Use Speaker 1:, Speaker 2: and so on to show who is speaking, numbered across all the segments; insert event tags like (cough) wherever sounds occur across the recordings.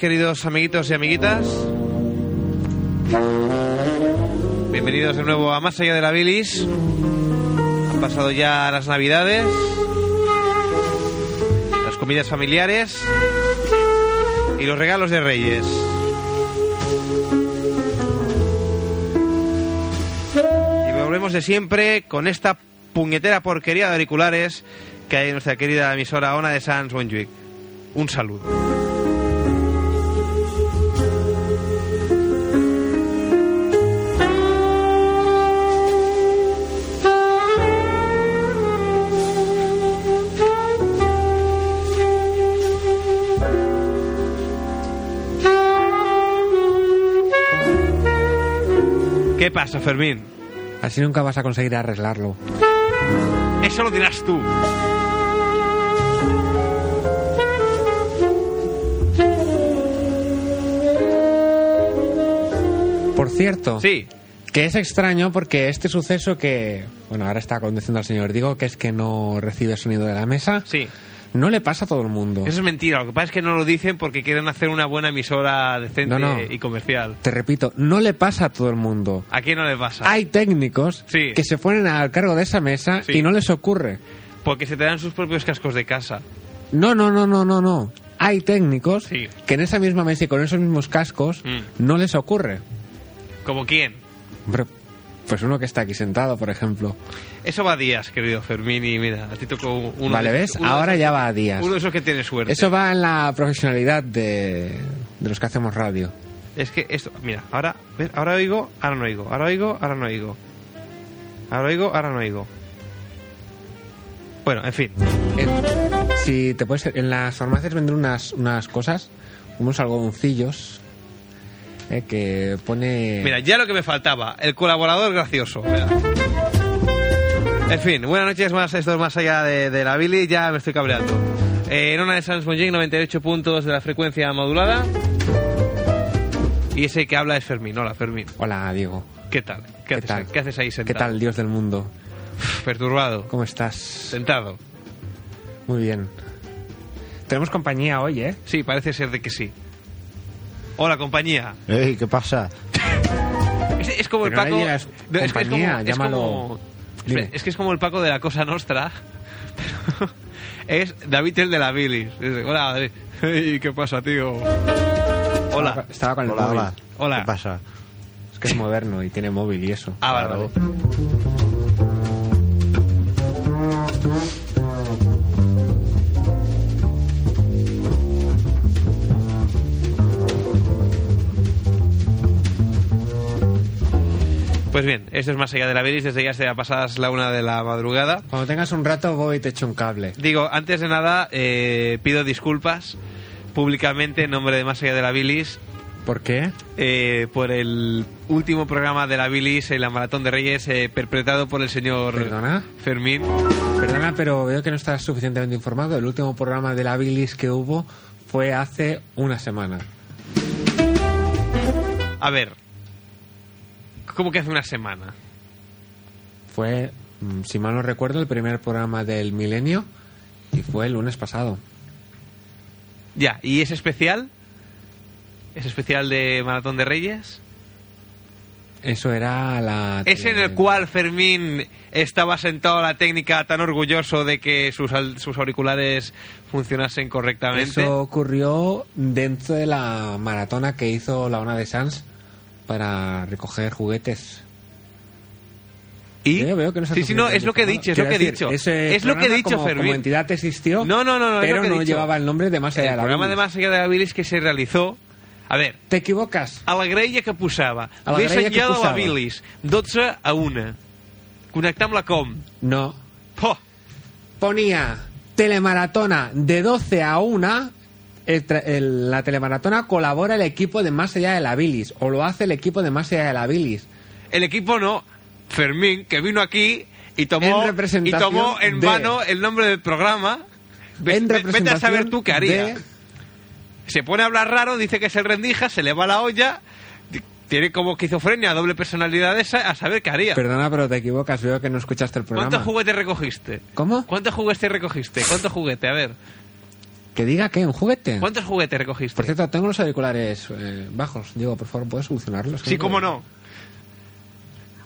Speaker 1: queridos amiguitos y amiguitas. Bienvenidos de nuevo a Más Allá de la Bilis. Han pasado ya las Navidades, las comidas familiares y los regalos de Reyes. Y volvemos de siempre con esta puñetera porquería de auriculares que hay en nuestra querida emisora ONA de Sans Montjuic. Un saludo. ¿Qué pasa, Fermín?
Speaker 2: Así nunca vas a conseguir arreglarlo.
Speaker 1: Eso lo dirás tú.
Speaker 2: Por cierto,
Speaker 1: Sí,
Speaker 2: que es extraño porque este suceso que, bueno, ahora está aconteciendo al señor Digo, que es que no recibe sonido de la mesa,
Speaker 1: sí.
Speaker 2: no le pasa a todo el mundo.
Speaker 1: Eso es mentira. Lo que pasa es que no lo dicen porque quieren hacer una buena emisora decente
Speaker 2: No, no.
Speaker 1: y comercial.
Speaker 2: Te repito, no le pasa a todo el mundo.
Speaker 1: ¿A quién no le pasa?
Speaker 2: Hay técnicos
Speaker 1: Ah. Sí.
Speaker 2: que se ponen al cargo de esa mesa
Speaker 1: Sí.
Speaker 2: y no les ocurre.
Speaker 1: Porque se te dan sus propios cascos de casa.
Speaker 2: No, no, no, no, no, no. Hay técnicos
Speaker 1: Sí.
Speaker 2: que en esa misma mesa y con esos mismos cascos
Speaker 1: Mm.
Speaker 2: no les ocurre.
Speaker 1: ¿Como quién?
Speaker 2: Hombre, pues uno que está aquí sentado, por ejemplo.
Speaker 1: Eso va a días, querido Fermín. Y mira, a ti tocó uno.
Speaker 2: vale,
Speaker 1: de-
Speaker 2: ¿ves?
Speaker 1: uno de
Speaker 2: Ahora
Speaker 1: esos-
Speaker 2: ya va a días.
Speaker 1: Uno de esos que tiene suerte.
Speaker 2: Eso va en la profesionalidad de, de los que hacemos radio.
Speaker 1: Es que esto. Mira, ahora, ¿ves? ahora oigo, ahora no oigo. Ahora oigo, ahora no oigo. Ahora oigo, ahora no oigo. Bueno, en fin.
Speaker 2: En- si te puedes, en las farmacias venden unas, unas cosas, unos algodoncillos eh, que pone...
Speaker 1: Mira, ya lo que me faltaba, el colaborador gracioso. Mira. En fin, buenas noches más, esto es más allá de, de la Billy, ya me estoy cabreando. Eh, en una de Sans Montjuic, 98.2 de la frecuencia modulada. Y ese que habla es Fermín, hola Fermín.
Speaker 2: Hola, Diego.
Speaker 1: ¿Qué tal? ¿Qué, haces,
Speaker 2: tal?
Speaker 1: ¿Qué haces ahí
Speaker 2: ¿Qué
Speaker 1: sentado?
Speaker 2: tal, Dios del mundo?
Speaker 1: Perturbado,
Speaker 2: ¿Cómo estás?
Speaker 1: sentado.
Speaker 2: Muy bien. Tenemos compañía hoy, ¿eh?
Speaker 1: Sí, parece ser de que sí. Hola, compañía.
Speaker 3: Ey, ¿qué pasa?
Speaker 1: Es, es como
Speaker 2: Pero no
Speaker 1: el
Speaker 2: le
Speaker 1: Paco.
Speaker 2: digas
Speaker 1: No, es que es
Speaker 2: compañía,
Speaker 1: como- es
Speaker 2: llámalo-
Speaker 1: como-
Speaker 2: Dime.
Speaker 1: Espera, Es que es como el Paco de la Cosa Nostra. (laughs) pero es David el de la Bilis. Es, Hola, (laughs) David. Ey, ¿Qué pasa, tío? Hola.
Speaker 2: Estaba Ah, con el
Speaker 3: Hola,
Speaker 2: móvil.
Speaker 3: hola.
Speaker 1: Hola.
Speaker 3: ¿Qué pasa?
Speaker 2: Es que es moderno y tiene móvil y eso.
Speaker 1: Ah, vale, vale. Pues bien, esto es más allá de la Bilis. Desde ya se ha pasadas la una de la madrugada.
Speaker 2: Cuando tengas un rato voy y te echo un cable.
Speaker 1: Digo, antes de nada, eh, pido disculpas públicamente en nombre de Más Allá de la Bilis
Speaker 2: ¿Por qué?
Speaker 1: eh, por el último programa de la Bilis en la Maratón de Reyes eh, perpetrado por el señor
Speaker 2: ¿Perdona?
Speaker 1: Fermín.
Speaker 2: Perdona, pero veo que no estás suficientemente informado. El último programa de la bilis que hubo fue hace una semana.
Speaker 1: A ver, ¿cómo que hace una semana?
Speaker 2: Fue, mm, si mal no recuerdo, el primer programa del milenio y fue el lunes pasado.
Speaker 1: Ya, ¿y es especial? ¿Es especial de Maratón de Reyes?
Speaker 2: Eso era la...
Speaker 1: Es en el cual Fermín estaba sentado a la técnica tan orgulloso de que sus, al- sus auriculares funcionasen correctamente.
Speaker 2: Eso ocurrió dentro de la maratona que hizo la ONA de Sans para recoger juguetes.
Speaker 1: y
Speaker 2: Yo veo que no se ha
Speaker 1: sí, sí, no,
Speaker 2: sufrido
Speaker 1: es lo que he
Speaker 2: mucho, ¿no?
Speaker 1: dicho, es lo
Speaker 2: Quiero
Speaker 1: que he
Speaker 2: decir,
Speaker 1: dicho.
Speaker 2: ese
Speaker 1: Es lo que he
Speaker 2: programa
Speaker 1: dicho,
Speaker 2: como, como
Speaker 1: Fermín.
Speaker 2: entidad existió,
Speaker 1: No, no, no, no, es lo
Speaker 2: pero
Speaker 1: que he
Speaker 2: no
Speaker 1: dicho.
Speaker 2: llevaba el nombre de más allá
Speaker 1: El
Speaker 2: de la
Speaker 1: programa de
Speaker 2: Bilis.
Speaker 1: Más allá de la bilis que se realizó... A ver,
Speaker 2: Te equivocas.
Speaker 1: a la grella que posava.
Speaker 2: A la
Speaker 1: L'he
Speaker 2: grella que
Speaker 1: assenyada a la
Speaker 2: posava.
Speaker 1: bilis. 12 a 1. Connectar amb la com.
Speaker 2: No.
Speaker 1: Poh!
Speaker 2: Ponía telemaratona de 12 a 1. el tra- el- la telemaratona colabora el equipo de Más allá de la Bilis. O lo hace el equipo de Más allá de la Bilis.
Speaker 1: El equipo no, Fermín, que vino aquí y tomó
Speaker 2: En
Speaker 1: en, y
Speaker 2: representación
Speaker 1: tomó en
Speaker 2: de-
Speaker 1: vano el nombre del programa. Ve-
Speaker 2: En
Speaker 1: ve- vete a
Speaker 2: representación
Speaker 1: saber tú qué haría.
Speaker 2: de-
Speaker 1: Se pone a hablar raro, dice que es el rendija, se le va la olla, di- tiene como esquizofrenia, doble personalidad esa, a saber qué haría.
Speaker 2: Perdona, pero te equivocas. Veo que no escuchaste el programa.
Speaker 1: ¿Cuántos juguetes recogiste?
Speaker 2: ¿Cómo?
Speaker 1: ¿Cuántos juguetes recogiste? ¿Cuántos juguetes? A ver,
Speaker 2: Que diga que un juguete.
Speaker 1: ¿cuántos juguetes
Speaker 2: Por
Speaker 1: recogiste?
Speaker 2: cierto, tengo los auriculares eh, bajos. Digo, por favor, ¿puedes solucionarlos?
Speaker 1: Sí, cómo no.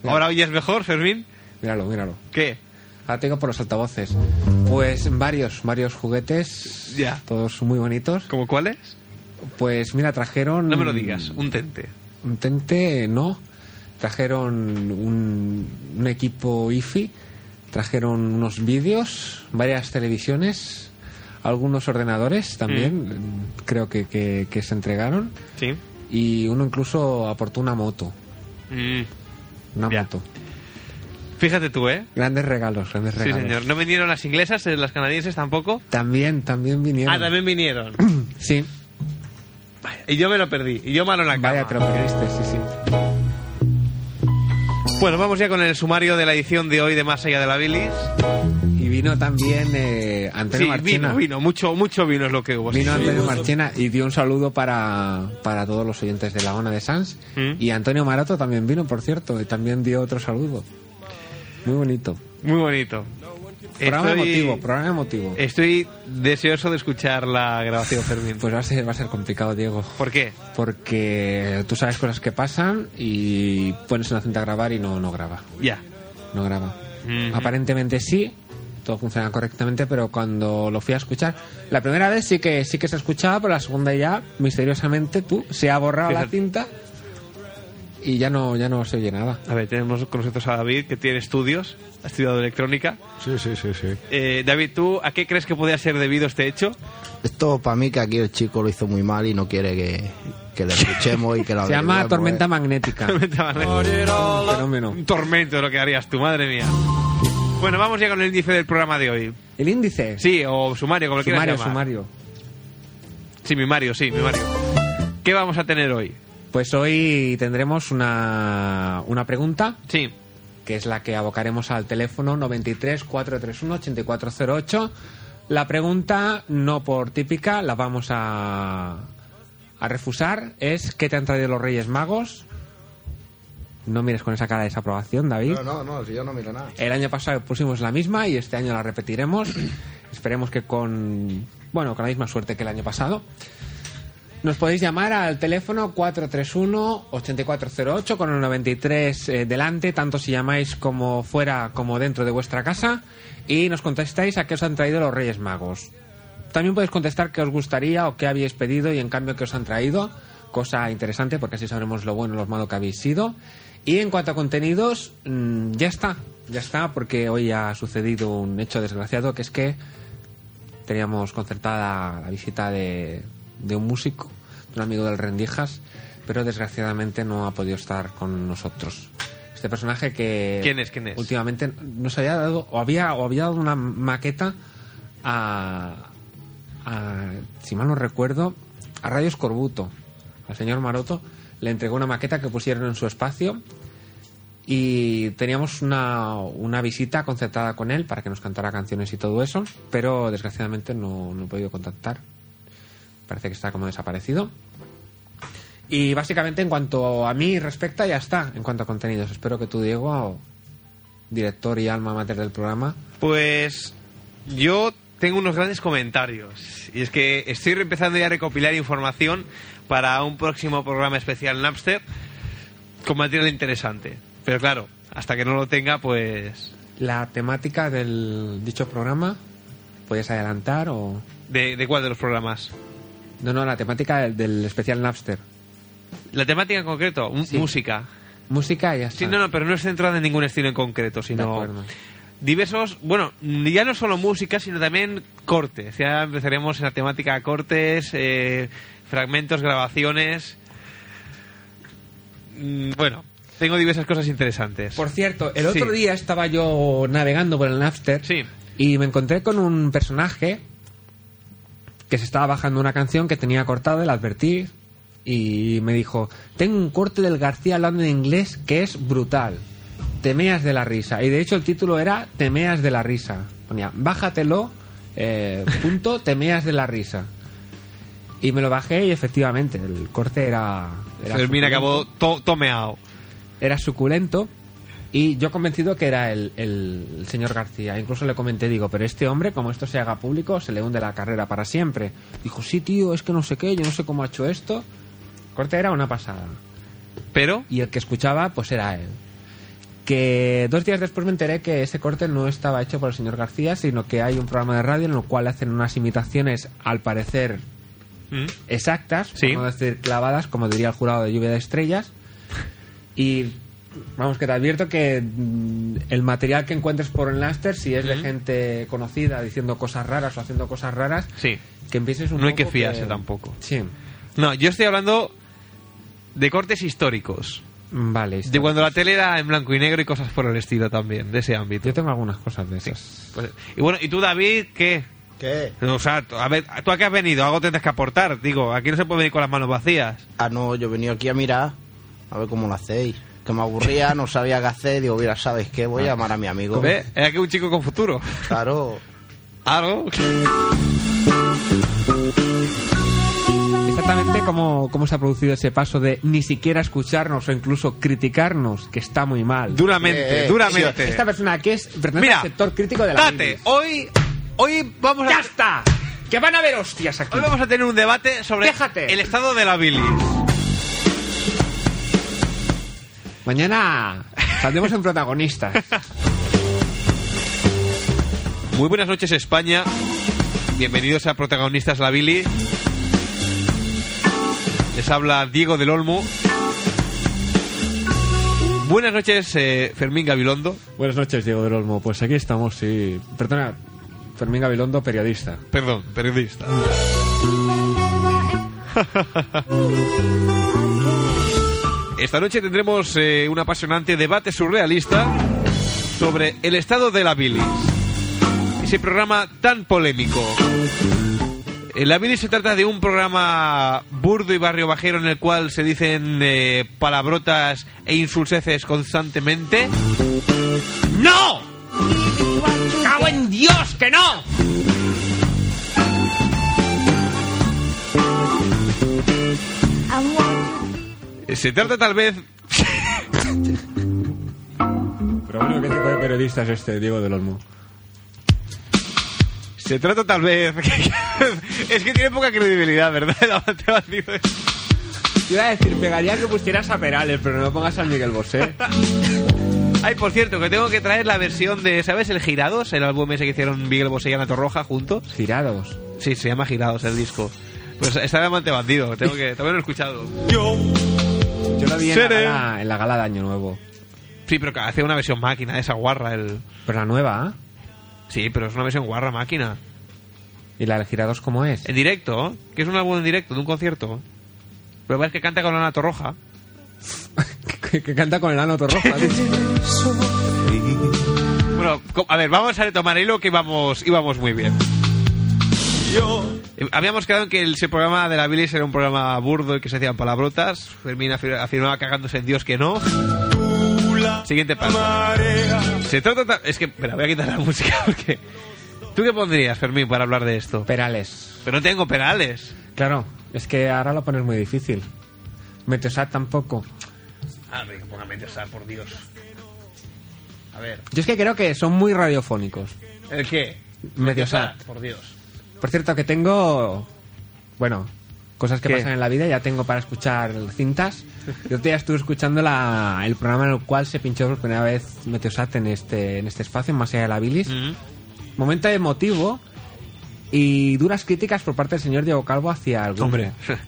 Speaker 1: Ahora oyes mejor, Fermín.
Speaker 2: Míralo, míralo.
Speaker 1: ¿Qué?
Speaker 2: Ahora tengo por los altavoces. Pues varios, varios juguetes.
Speaker 1: Ya.
Speaker 2: Todos muy bonitos.
Speaker 1: ¿Cómo cuáles?
Speaker 2: Pues mira, trajeron.
Speaker 1: No me lo digas, un tente.
Speaker 2: Un tente, no. Trajeron un, un equipo IFI. Trajeron unos vídeos, varias televisiones, algunos ordenadores también.
Speaker 1: Mm.
Speaker 2: Creo que, que- que se entregaron.
Speaker 1: Sí.
Speaker 2: Y uno incluso aportó una moto.
Speaker 1: Mm.
Speaker 2: Una
Speaker 1: Ya.
Speaker 2: moto.
Speaker 1: Fíjate tú, ¿eh?
Speaker 2: Grandes regalos, grandes
Speaker 1: Sí,
Speaker 2: regalos.
Speaker 1: señor. No vinieron las inglesas, eh, las canadienses tampoco.
Speaker 2: También, también vinieron.
Speaker 1: Ah, también
Speaker 2: (clears throat)
Speaker 1: vinieron.
Speaker 2: Sí.
Speaker 1: y yo me lo perdí. Y yo malo en la cama.
Speaker 2: Vaya, te lo perdiste, sí, sí.
Speaker 1: Bueno, vamos ya con el sumario de la edición de hoy de Más allá de la bilis.
Speaker 2: Y vino también eh, Antonio
Speaker 1: sí,
Speaker 2: Marchena.
Speaker 1: vino, vino. Mucho, mucho vino es lo que hubo.
Speaker 2: Vino
Speaker 1: Pues Sí.
Speaker 2: Antonio Marchena y dio un saludo para, para todos los oyentes de la ONA de Sans.
Speaker 1: Mm.
Speaker 2: Y Antonio Marato también vino, por cierto, y también dio otro saludo. Muy bonito.
Speaker 1: Muy bonito.
Speaker 2: Programa
Speaker 1: Estoy- Eh.
Speaker 2: emotivo, programa emotivo.
Speaker 1: Estoy deseoso de escuchar la grabación, Fermín.
Speaker 2: Pues va a, ser, va a ser complicado, Diego.
Speaker 1: ¿Por qué?
Speaker 2: Porque tú sabes cosas que pasan y pones una cinta a grabar y no, no graba.
Speaker 1: Ya.
Speaker 2: No graba.
Speaker 1: Ujú.
Speaker 2: Aparentemente sí, todo funciona correctamente, pero cuando lo fui a escuchar, la primera vez sí que sí que se escuchaba, pero la segunda ya, misteriosamente, tú, se ha borrado la
Speaker 1: Fíjate.
Speaker 2: cinta y ya no, ya no se oye nada.
Speaker 1: A ver, tenemos con nosotros a David, que tiene estudios, ha estudiado electrónica.
Speaker 3: Sí, sí, sí, sí.
Speaker 1: Eh, David, ¿tú a qué crees que podía ser debido este hecho? (laughs)
Speaker 3: Esto para mí que aquí el chico lo hizo muy mal y no quiere que, que le escuchemos y que lo
Speaker 2: (laughs) Se llama
Speaker 1: pues.
Speaker 3: averigüemos,
Speaker 2: tormenta
Speaker 3: ¿eh?
Speaker 1: (laughs)
Speaker 2: magnética.
Speaker 1: Vete a barrer.
Speaker 2: fenómeno.
Speaker 1: Un tormento lo que harías tú, madre mía. Bueno, vamos ya con el índice del programa de hoy.
Speaker 2: El índice.
Speaker 1: Sí, o sumario, como lo quieras
Speaker 2: sumario,
Speaker 1: llamar.
Speaker 2: sumario.
Speaker 1: Sí, mi Mario, sí, mi Mario. ¿Qué vamos a tener hoy?
Speaker 2: Pues hoy tendremos una, una pregunta
Speaker 1: Sí.
Speaker 2: que es la que abocaremos al teléfono 93 431 8408. La pregunta, no por típica, la vamos a, a refusar, es ¿qué te han traído los Reyes Magos? No mires con esa cara de desaprobación, David.
Speaker 3: No, no, no, si yo no miro nada.
Speaker 2: El año pasado pusimos la misma y este año la repetiremos. Esperemos que con bueno, con la misma suerte que el año pasado. Nos podéis llamar al teléfono 431-8408 con el 93 eh, delante, tanto si llamáis como fuera como dentro de vuestra casa, y nos contestáis a qué os han traído los Reyes Magos. También podéis contestar qué os gustaría o qué habéis pedido y en cambio qué os han traído. Cosa interesante porque así sabremos lo bueno y lo malo que habéis sido. Y en cuanto a contenidos, mm, ya está. Ya está porque hoy ha sucedido un hecho desgraciado que es que teníamos concertada la visita de, de un músico, de un amigo del Rendijas, pero desgraciadamente no ha podido estar con nosotros. Este personaje que
Speaker 1: ¿Quién es? ¿Quién es?
Speaker 2: últimamente nos había dado o había o había dado una maqueta a, a- si mal no recuerdo a Radio Escorbuto, al señor Maroto le entregó una maqueta que pusieron en su espacio y teníamos una, una visita concertada con él para que nos cantara canciones y todo eso, pero desgraciadamente no, no he podido contactar. Parece que está como desaparecido. Y básicamente en cuanto a mí respecta, ya está, en cuanto a contenidos. Espero que tú, Diego, director y alma mater del programa,
Speaker 1: Pues yo tengo unos grandes comentarios. Y es que estoy empezando ya a recopilar información para un próximo programa especial Napster. con material interesante. Pero claro, hasta que no lo tenga, pues.
Speaker 2: La temática del dicho programa, ¿puedes adelantar o...?
Speaker 1: ¿De, de cuál de los programas?
Speaker 2: No, no, la temática del, del especial Napster.
Speaker 1: La temática en concreto, m-
Speaker 2: Sí.
Speaker 1: música.
Speaker 2: Música y ya
Speaker 1: Sí,
Speaker 2: está.
Speaker 1: no, no, pero no es centrada en ningún estilo en concreto,
Speaker 2: De
Speaker 1: sino
Speaker 2: acuerdo.
Speaker 1: diversos, bueno, ya no solo música, sino también cortes. Ya empezaremos en la temática cortes, eh, fragmentos, grabaciones. Mm, Bueno, tengo diversas cosas interesantes.
Speaker 2: Por cierto, el
Speaker 1: Sí.
Speaker 2: otro día estaba yo navegando por el Napster
Speaker 1: Sí.
Speaker 2: y me encontré con un personaje que se estaba bajando una canción que tenía cortada, el advertir, y me dijo, tengo un corte del García hablando en inglés que es brutal. Temeas de la risa. Y de hecho el título era Temeas de la risa. Ponía, bájatelo, eh, punto, temeas de la risa. Y me lo bajé y efectivamente el corte era... era
Speaker 1: Fermín
Speaker 2: suculento
Speaker 1: acabó to- tomeado.
Speaker 2: era suculento y yo convencido que era el, el- el señor García. Incluso le comenté, digo, pero este hombre, como esto se haga público, se le hunde la carrera para siempre. Dijo, sí, tío, es que no sé qué, yo no sé cómo ha hecho esto. Corte era una pasada.
Speaker 1: Pero
Speaker 2: Y el que escuchaba, pues era él. Que dos días después me enteré que ese corte no estaba hecho por el señor García, sino que hay un programa de radio en el cual hacen unas imitaciones, al parecer
Speaker 1: mm,
Speaker 2: exactas,
Speaker 1: Sí.
Speaker 2: por no decir clavadas, como diría el jurado de lluvia de estrellas. Y vamos, que te advierto que mm, el material que encuentres por el Napster, si es de
Speaker 1: Ujú.
Speaker 2: gente conocida diciendo cosas raras o haciendo cosas raras,
Speaker 1: sí.
Speaker 2: que empieces un
Speaker 1: No hay
Speaker 2: poco
Speaker 1: que fiarse tampoco.
Speaker 2: Sí,
Speaker 1: No, yo estoy hablando de cortes históricos.
Speaker 2: vale. este, está.
Speaker 1: De cuando la tele era en blanco y negro y cosas por el estilo también, de ese ámbito.
Speaker 2: Yo tengo algunas cosas de esas.
Speaker 1: Pues- y bueno, ¿y tú, David, qué?
Speaker 3: ¿Qué?
Speaker 1: O sea, t- a ver, ¿tú a qué has venido? Algo tendrás que aportar. Digo, aquí no se puede venir con las manos vacías.
Speaker 3: Ah, no, yo he venido aquí a mirar, a ver cómo lo hacéis. Que me aburría, no sabía qué hacer, digo, mira, ¿sabes qué?
Speaker 2: Ah.
Speaker 3: Voy a llamar a mi amigo.
Speaker 1: ¿Ves? Es aquí un chico con futuro.
Speaker 3: Claro.
Speaker 1: Algo.
Speaker 2: Exactamente cómo, cómo se ha producido ese paso de ni siquiera escucharnos o incluso criticarnos, que está muy mal.
Speaker 1: Duramente,
Speaker 3: Eh, eh,
Speaker 1: duramente.
Speaker 2: Esta persona aquí es pertenece
Speaker 1: Mira,
Speaker 2: al sector crítico de la
Speaker 1: Date,
Speaker 2: bilis.
Speaker 1: hoy, hoy, vamos
Speaker 2: ¡Ya
Speaker 1: a,
Speaker 2: está! ¡Que van a ver hostias aquí!
Speaker 1: hoy vamos a tener un debate sobre
Speaker 2: Déjate.
Speaker 1: el estado de la bilis.
Speaker 2: Mañana saldremos en protagonistas.
Speaker 1: Muy buenas noches, España. Bienvenidos a Protagonistas La Bili. Les habla Diego del Olmo. Buenas noches, eh, Fermín Gabilondo.
Speaker 2: (laughs) Buenas noches, Diego del Olmo. Pues aquí estamos, sí. Perdona, Fermín Gabilondo, periodista.
Speaker 1: Perdón, periodista. (laughs) Esta noche tendremos eh, un apasionante debate surrealista sobre el estado de la bilis. Ese programa tan polémico. Eh, La bilis se trata de un programa burdo y barrio bajero en el cual se dicen eh, palabrotas e insulseces constantemente. ¡No!
Speaker 2: ¡Cago en Dios, que no!
Speaker 1: Se trata tal vez
Speaker 2: Pero bueno, ¿qué tipo de periodista es este, Diego del Olmo?
Speaker 1: Se trata tal vez. (laughs) es que tiene poca credibilidad, ¿verdad? El avance bandido.
Speaker 2: Yo iba a decir, pegaría que pusieras a Perales, pero no pongas a Miguel Bosé.
Speaker 1: Ay, por cierto, que tengo que traer la versión de, ¿sabes? El Girados, el álbum ese que hicieron Miguel Bosé y Ana Torroja juntos.
Speaker 2: (laughs) Girados.
Speaker 1: Sí, se llama Girados el disco. Pues está de amante bandido, tengo que. También lo he escuchado.
Speaker 2: Yo lo vi en la,
Speaker 1: Seré.
Speaker 2: gala, en la gala de Año Nuevo.
Speaker 1: Sí, pero que hace una versión máquina de esa guarra, el.
Speaker 2: Pero la nueva, ¿ah?
Speaker 1: Sí, pero es una versión guarra máquina.
Speaker 2: ¿Y la de Girados cómo es?
Speaker 1: En directo, ¿eh? que es un álbum en directo, de un concierto. Pero es que canta con Ana Torroja.
Speaker 2: que, que canta con el ano rojo.
Speaker 1: Bueno, co- a ver, vamos a retomar hilo que íbamos, íbamos muy bien. Eh, Habíamos quedado en que el- ese programa de la bilis era un programa burdo y que se hacían palabrotas. Fermín afir- afirmaba cagándose en Dios que no. Siguiente paso. Se trata... ta- Es que, espera, voy a quitar la (laughs) música porque... ¿Tú qué pondrías, Fermín, para hablar de esto?
Speaker 2: (laughs) Perales.
Speaker 1: Pero no tengo perales.
Speaker 2: Claro, es que ahora lo pones muy difícil. Meteosat tampoco.
Speaker 1: A ver, Ah, póngame por Dios. A ver.
Speaker 2: Yo es que creo que son muy radiofónicos.
Speaker 1: ¿El qué?
Speaker 2: Meteosat.
Speaker 1: Por Dios.
Speaker 2: Por cierto, que tengo. Bueno, cosas que
Speaker 1: ¿Qué?
Speaker 2: pasan en la vida. Ya tengo para escuchar cintas. Yo te estuve escuchando la- el programa en el cual se pinchó por primera vez Meteosat en este, en este espacio, en más allá de la bilis.
Speaker 1: Ujú.
Speaker 2: Momento emotivo y duras críticas por parte del señor Diego Calvo hacia el grupo.
Speaker 1: Hombre. (laughs)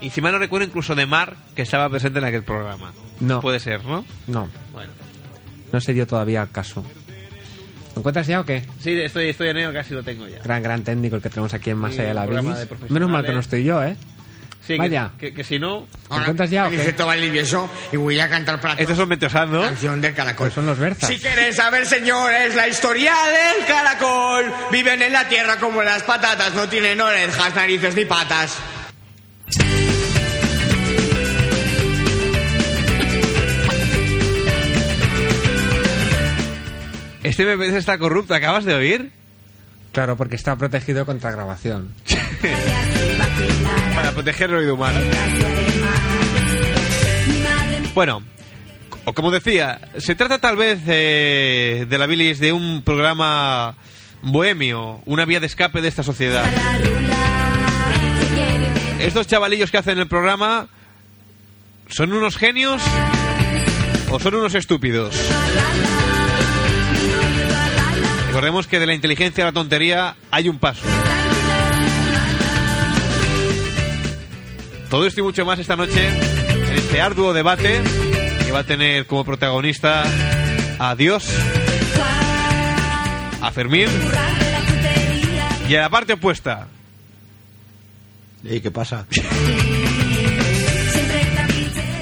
Speaker 1: y si mal no recuerdo, incluso de Mar, que estaba presente en aquel programa.
Speaker 2: No.
Speaker 1: Puede ser, ¿no?
Speaker 2: No,
Speaker 1: Bueno.
Speaker 2: no se dio todavía el caso. ¿Lo encuentras ya o qué?
Speaker 1: Sí, estoy, estoy en ello, casi lo tengo ya.
Speaker 2: Gran, gran técnico el que tenemos aquí en Más
Speaker 1: Sí,
Speaker 2: allá de la
Speaker 1: un programa
Speaker 2: bilis.
Speaker 1: de profesionales.
Speaker 2: Menos mal que no estoy yo, ¿eh?
Speaker 1: Sí, que-
Speaker 2: Vaya.
Speaker 1: Que, que si no...
Speaker 2: ¿Lo encuentras ya o qué?
Speaker 4: Aniceto va livioso y voy a cantar para
Speaker 1: Estos
Speaker 4: todos
Speaker 1: son Meteosat, ¿no?
Speaker 4: la canción del caracol.
Speaker 2: Pues son los Berzas.
Speaker 4: Si quieres saber, señores, la historia del caracol. Viven en la tierra como las patatas, no tienen orejas, narices ni patas.
Speaker 1: Este me parece está corrupto, ¿acabas de oír?
Speaker 2: Claro, porque está protegido contra grabación.
Speaker 1: Para proteger el oído humano. Bueno, o como decía, se trata tal vez eh, de la bilis de un programa bohemio, una vía de escape de esta sociedad. Estos chavalillos que hacen el programa son unos genios o son unos estúpidos. Recordemos que de la inteligencia a la tontería hay un paso. Todo esto y mucho más esta noche en este arduo debate que va a tener como protagonista a Dios, a Fermín y a la parte opuesta.
Speaker 3: (laughs) ¿Y qué pasa?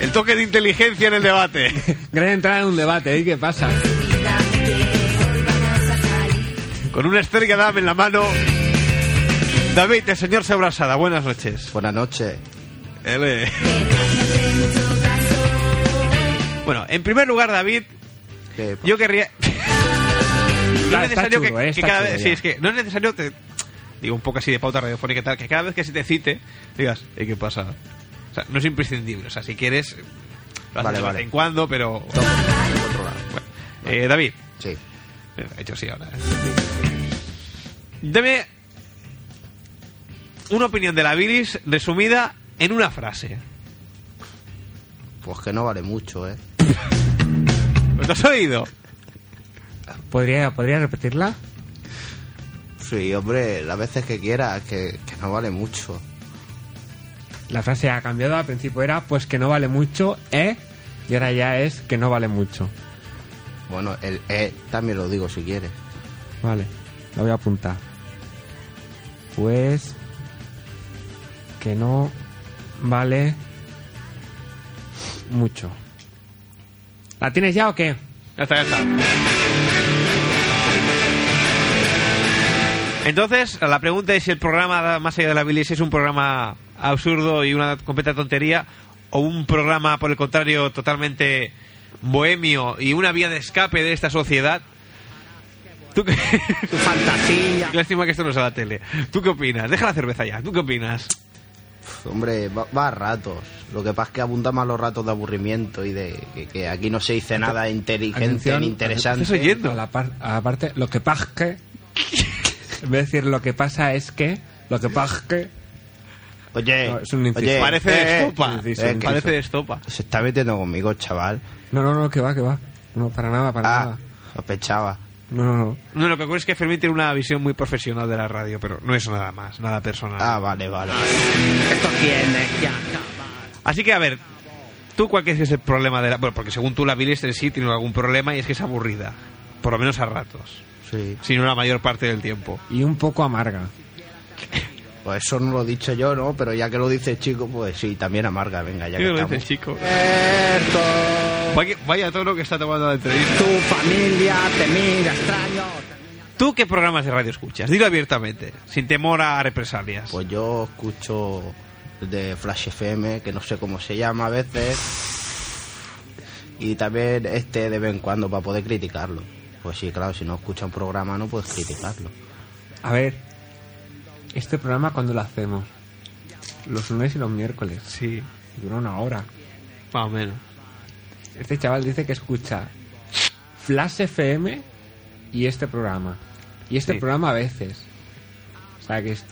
Speaker 1: El toque de inteligencia en el debate.
Speaker 2: (laughs) Gran entrada en un debate, ¿eh? ¿Qué pasa?
Speaker 1: Con una estrella dame en la mano. David, el señor Sebrasada, buenas noches.
Speaker 3: Buenas noches.
Speaker 1: Él es- Bueno, en primer lugar, David,
Speaker 3: ¿Qué pasa?
Speaker 1: yo querría. (laughs) no
Speaker 2: Está-
Speaker 1: es
Speaker 2: está
Speaker 1: necesario
Speaker 2: chulo,
Speaker 1: que,
Speaker 2: eh,
Speaker 1: que
Speaker 2: está
Speaker 1: cada
Speaker 2: chulo
Speaker 1: vez.
Speaker 2: ya.
Speaker 1: Sí, es que no es necesario. te- digo un poco así de pauta radiofónica y tal, que cada vez que se te cite, digas, "Eh, ¿qué pasa? O sea, no es imprescindible. O sea, si quieres, lo haces
Speaker 3: Vale,
Speaker 1: de
Speaker 3: vale.
Speaker 1: vez en cuando, pero.
Speaker 3: Otro lado.
Speaker 1: Eh, David,
Speaker 3: Pues, Sí.
Speaker 1: eh, de hecho sí ahora. eh. Deme una opinión de la bilis resumida en una frase.
Speaker 3: Pues que no vale mucho, ¿eh?
Speaker 1: ¿Lo has oído?
Speaker 2: ¿Podría, ¿podría repetirla?
Speaker 3: Sí, hombre, las veces que quieras, que, que no vale mucho.
Speaker 2: La frase ha cambiado, al principio era pues que no vale mucho, ¿eh? Y ahora ya es que no vale mucho.
Speaker 3: Bueno, el E también lo digo si quieres.
Speaker 2: Vale, la voy a apuntar. Pues que no vale mucho. ¿La tienes ya o qué?
Speaker 1: Ya está, ya está. Entonces, la pregunta es si el programa Más allá de la bilis es un programa absurdo y una completa tontería o un programa, por el contrario, totalmente bohemio y una vía de escape de esta sociedad. ¿Tú qué? (laughs)
Speaker 3: ¡Fantasía!
Speaker 1: Lástima que esto no es a la tele. ¿Tú qué opinas? Deja la cerveza ya. ¿Tú qué opinas?
Speaker 3: Hombre, va, va a ratos. Lo que pasa es que abundan más los ratos de aburrimiento y de que, que aquí no se dice nada inteligente
Speaker 2: Atención,
Speaker 3: ni
Speaker 1: ¿Estás
Speaker 3: interesante.
Speaker 1: oyendo?
Speaker 2: A la par- a la parte, lo que pasa que... En vez de decir lo que pasa es que... Lo que pasa que...
Speaker 3: Oye,
Speaker 2: No, es un inciso. pues.
Speaker 3: oye,
Speaker 1: Parece de
Speaker 3: eh,
Speaker 1: estopa.
Speaker 2: sí, sí,
Speaker 3: sí.
Speaker 1: Parece de estopa.
Speaker 3: se está metiendo conmigo, chaval.
Speaker 2: No, no, no, que va, que va. No, para nada, para
Speaker 3: Ah,
Speaker 2: nada.
Speaker 3: sospechaba.
Speaker 2: No, no, no.
Speaker 1: No, lo que ocurre es que Fermín tiene una visión muy profesional de la radio, pero no es nada más, nada personal.
Speaker 3: Ah, vale, vale.
Speaker 1: Así que, a ver, ¿tú cuál crees que es el problema de la...? Bueno, porque según tú la bilis en sí tiene algún problema y es que es aburrida. Por lo menos a ratos.
Speaker 3: Sí.
Speaker 1: Si no la mayor parte del tiempo.
Speaker 2: Y un poco amarga.
Speaker 3: Pues eso no lo he dicho yo, ¿no? Pero ya que lo dice el chico, pues sí, también amarga. Venga, ya
Speaker 1: ¿Qué
Speaker 3: que
Speaker 1: le
Speaker 3: estamos.
Speaker 1: dices, chico? Vaya, vaya todo lo que está tomando la entrevista.
Speaker 3: Tu familia te mira extraño.
Speaker 1: ¿Tú qué programas de radio escuchas? Dilo abiertamente, sin temor a represalias.
Speaker 3: Pues yo escucho de Flash FM, que no sé cómo se llama a veces. Y también este de vez en cuando para poder criticarlo. Pues sí, claro, si no escucha un programa no puedes criticarlo.
Speaker 2: A ver, este programa cuando lo hacemos? Los lunes y los miércoles.
Speaker 1: Sí,
Speaker 2: Dura una hora.
Speaker 1: más o menos.
Speaker 2: Este chaval dice que escucha Flash FM y este programa. Y este
Speaker 1: Sí.
Speaker 2: programa a veces. O sea que es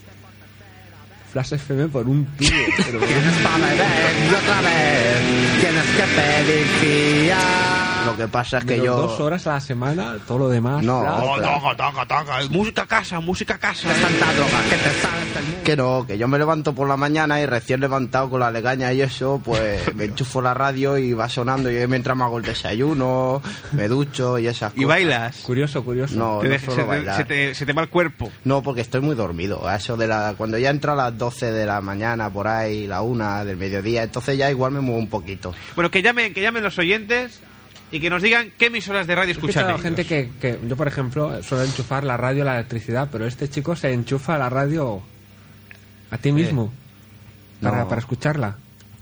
Speaker 2: Flash FM por un
Speaker 3: (laughs)
Speaker 2: tubo. pero bueno.
Speaker 3: Tienes para beber otra vez, tienes que pedir fiar. Lo que pasa es que
Speaker 2: Menos
Speaker 3: yo.
Speaker 2: Dos horas a la semana, todo lo demás.
Speaker 3: No,
Speaker 2: Flash.
Speaker 1: Oh, toca, toca, toca. Música casa, música casa.
Speaker 3: Tanta droga que te sales del mundo. Que no, que yo me levanto por la mañana y recién levantado con la legaña y eso,
Speaker 1: (laughs)
Speaker 3: pues me enchufo la radio y va sonando. Y mientras me hago el desayuno, me ducho y esas cosas.
Speaker 1: Y bailas.
Speaker 2: Curioso, curioso.
Speaker 3: No,
Speaker 1: Te
Speaker 3: no
Speaker 1: deja-
Speaker 3: suelo
Speaker 1: se, te-
Speaker 3: bailar.
Speaker 1: se te, se te va el cuerpo.
Speaker 3: No, porque estoy muy dormido. A Eso de la, cuando ya entro a las 12 de la mañana, por ahí, la una del mediodía, entonces ya igual me muevo un poquito.
Speaker 1: Bueno, que llamen, que llamen los oyentes y que nos digan qué emisoras de radio
Speaker 2: He escuchado
Speaker 1: escuchan.
Speaker 2: gente
Speaker 1: ellos.
Speaker 2: que, que yo por ejemplo suelo enchufar la radio a la electricidad pero este chico se enchufa la radio a ti mismo para,
Speaker 3: No.
Speaker 2: para escucharla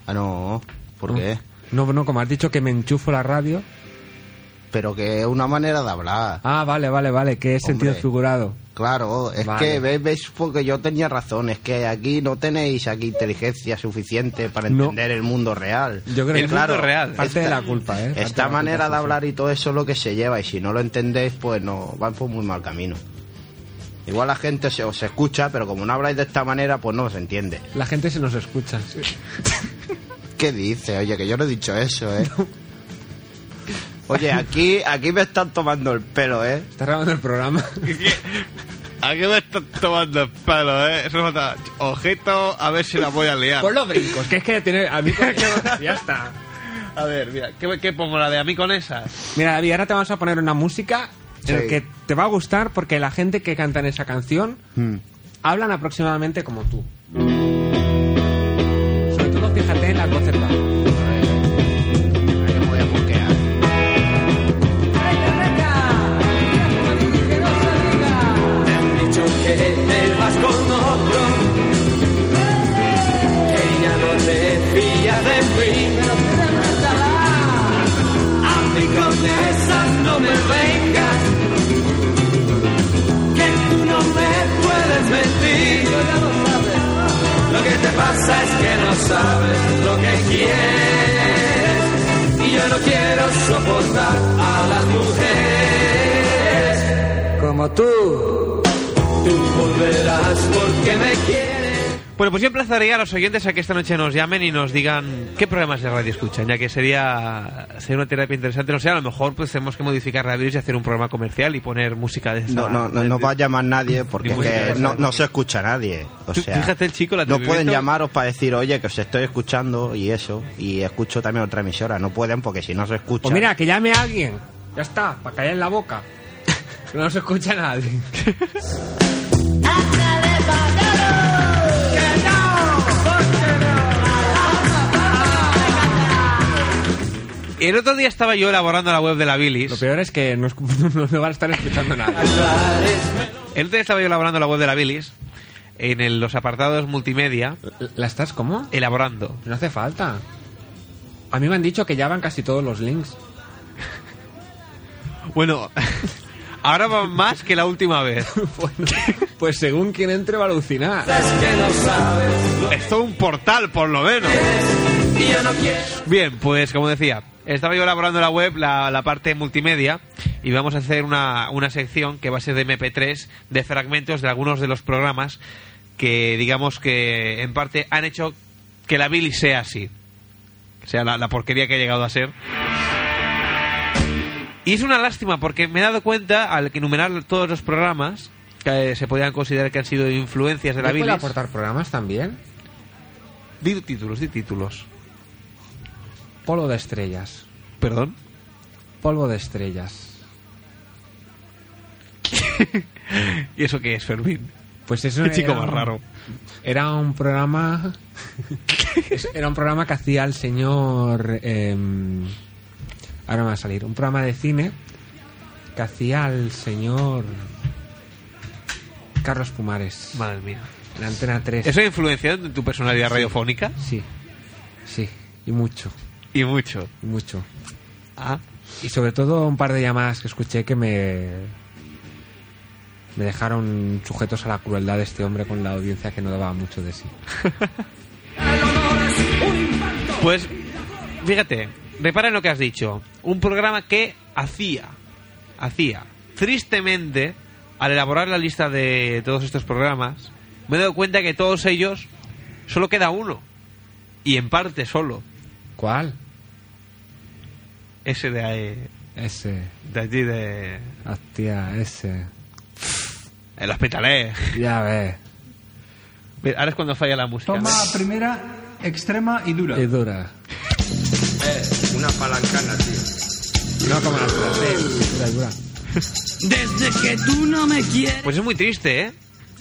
Speaker 3: Ah, no, ¿por qué?
Speaker 2: no no como has dicho que me enchufo la radio
Speaker 3: Pero que es una manera de hablar.
Speaker 2: ah vale vale vale que es
Speaker 3: Hombre.
Speaker 2: sentido figurado
Speaker 3: Claro, es
Speaker 2: Vale.
Speaker 3: que ves, ves, porque yo tenía razón, es que aquí no tenéis aquí inteligencia suficiente para
Speaker 2: No.
Speaker 3: entender el mundo real.
Speaker 2: yo creo
Speaker 1: El
Speaker 2: que
Speaker 1: mundo real.
Speaker 2: parte de la culpa eh Parte
Speaker 3: Esta
Speaker 2: la
Speaker 3: manera de
Speaker 2: culpa, sí,
Speaker 3: hablar y todo eso es lo que se lleva y si no lo entendéis pues no van por muy mal camino. Igual la gente se os escucha, pero como no habláis de esta manera pues no os entiende.
Speaker 2: sí. la gente se nos escucha sí.
Speaker 3: ¿Qué dice? Oye, que yo no he dicho eso, ¿eh? (laughs) Oye, aquí aquí me están tomando el pelo, ¿eh?
Speaker 2: está grabando el programa
Speaker 1: ¿A qué me estás tomando el pelo, eh? Eso falta- Ojito, a ver si la voy a liar.
Speaker 2: por los brincos que es que tiene a mí ya está
Speaker 1: A ver, mira, ¿qué, qué pongo la de a mí con esas?
Speaker 2: Mira, David, ahora te vamos a poner una música en la
Speaker 3: Sí.
Speaker 2: que te va a gustar porque la gente que canta en esa canción hablan aproximadamente como tú. Sobre todo fíjate en la concerta.
Speaker 3: Ahí me voy a mosquear.
Speaker 5: dicho que te vas con otro, que ya no te pilla de mí. A mí con esas no me vengas, que tú no me puedes mentir. Lo que te pasa es que no sabes lo que quieres. Y yo no quiero soportar a las mujeres como tú. Tú volverás porque me quieres.
Speaker 1: Bueno, pues yo emplazaría a los oyentes a que esta noche nos llamen y nos digan qué programas de radio escuchan, ya que sería, sería una terapia interesante. No sé, a lo mejor pues tenemos que modificar la virus y hacer un programa comercial y poner música de esa.
Speaker 3: No, no, no, no va a llamar nadie porque es que no, no se escucha nadie. O
Speaker 1: Tú-
Speaker 3: sea,
Speaker 1: fíjate el chico, la
Speaker 3: no pueden
Speaker 1: televisión.
Speaker 3: llamaros para decir, oye, que os estoy escuchando y eso. Y escucho también otra emisora. No pueden porque si no se escucha.
Speaker 2: Pues mira, que llame a alguien. Ya está, para callar la boca. (laughs) Que No se escucha nadie.
Speaker 1: El otro día estaba yo elaborando la web de la Bilis.
Speaker 2: Lo peor es que no, es- (laughs) no, no van a estar escuchando nada.
Speaker 1: El otro día estaba yo elaborando la web de la Bilis en el- los apartados multimedia,
Speaker 2: ¿La estás cómo?
Speaker 1: elaborando.
Speaker 2: No hace falta. A mí me han dicho que ya van casi todos los links.
Speaker 1: Bueno, (laughs) ahora va más que la última vez.
Speaker 2: Bueno, (laughs) pues según quien entre va a alucinar.
Speaker 5: Es que no sabes.
Speaker 1: Es todo un portal, por lo menos.
Speaker 5: Y yo no quiero.
Speaker 1: Bien, pues como decía, estaba yo elaborando la web, la, la parte multimedia, y vamos a hacer una, una sección que va a ser de MP3, de fragmentos de algunos de los programas que, digamos que en parte han hecho que la Billy sea así. O sea, la, la porquería que ha llegado a ser. Y es una lástima porque me he dado cuenta al enumerar todos los programas que eh, se podían considerar que han sido influencias de la
Speaker 2: ¿Yo puedo
Speaker 1: Billy.
Speaker 2: aportar programas también?
Speaker 1: Di títulos, di títulos.
Speaker 2: Polo de estrellas.
Speaker 1: Perdón.
Speaker 2: Polvo de estrellas.
Speaker 1: ¿Y eso qué es, Fermín?
Speaker 2: Pues eso
Speaker 1: Qué chico
Speaker 2: era
Speaker 1: más
Speaker 2: un-
Speaker 1: raro.
Speaker 2: Era un programa. es- era un programa que hacía el señor. em, ahora me va a salir. Un programa de cine que hacía el señor. Carlos Pumares.
Speaker 1: Madre mía.
Speaker 2: En Antena 3.
Speaker 1: ¿Eso ha influenciado en tu personalidad radiofónica?
Speaker 2: Sí. Sí. Y mucho.
Speaker 1: Y mucho.
Speaker 2: Y mucho.
Speaker 1: Ah.
Speaker 2: Y sobre todo un par de llamadas que escuché que me. Me dejaron sujetos a la crueldad de este hombre con la audiencia que no daba mucho de sí.
Speaker 1: Pues, fíjate, repara en lo que has dicho. Un programa que hacía, hacía, tristemente, al elaborar la lista de todos estos programas, me he dado cuenta que todos ellos Solo queda uno. Y en parte solo.
Speaker 2: ¿Cuál?
Speaker 1: Ese de, ahí-
Speaker 2: Ese.
Speaker 1: de allí, de.
Speaker 2: Hostia, ese.
Speaker 1: El hospitalet.
Speaker 2: Ya ves.
Speaker 1: Mira, Ahora es cuando falla la música.
Speaker 6: Toma primera, extrema y dura.
Speaker 2: Es dura.
Speaker 4: Eh, Una palancana, tío.
Speaker 2: No como la otra, sí. Dura, dura.
Speaker 5: Desde que tú no me quieres.
Speaker 1: Pues es muy triste, ¿eh?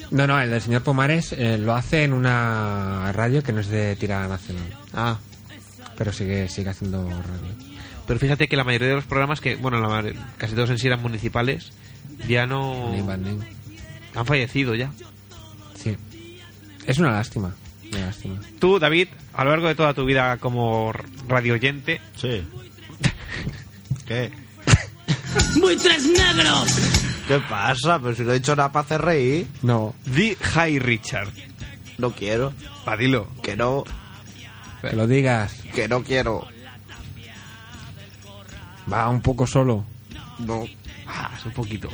Speaker 2: No, no, el del señor Pomares eh, lo hace en una radio que no es de tirada nacional.
Speaker 1: Ah.
Speaker 2: Pero sigue, sigue haciendo radio.
Speaker 1: Pero fíjate que la mayoría de los programas que, bueno, la ma- casi todos en sí eran municipales, ya
Speaker 4: Oh.
Speaker 1: no
Speaker 2: Name by name.
Speaker 1: han fallecido ya.
Speaker 2: Sí. Es una lástima. Una lástima.
Speaker 1: Tú, David, a lo largo de toda tu vida como r- radio oyente,
Speaker 3: Sí. ¿Qué?
Speaker 5: ¡Buitres negros!
Speaker 3: ¿Qué pasa? Pero si lo he dicho nada para hacer reír,
Speaker 2: No,
Speaker 1: di Hi Richard.
Speaker 3: no quiero.
Speaker 1: Va, dilo.
Speaker 3: Que no,
Speaker 2: que lo digas.
Speaker 3: que no quiero.
Speaker 2: Va un poco solo.
Speaker 3: No.
Speaker 1: Ah, es un poquito.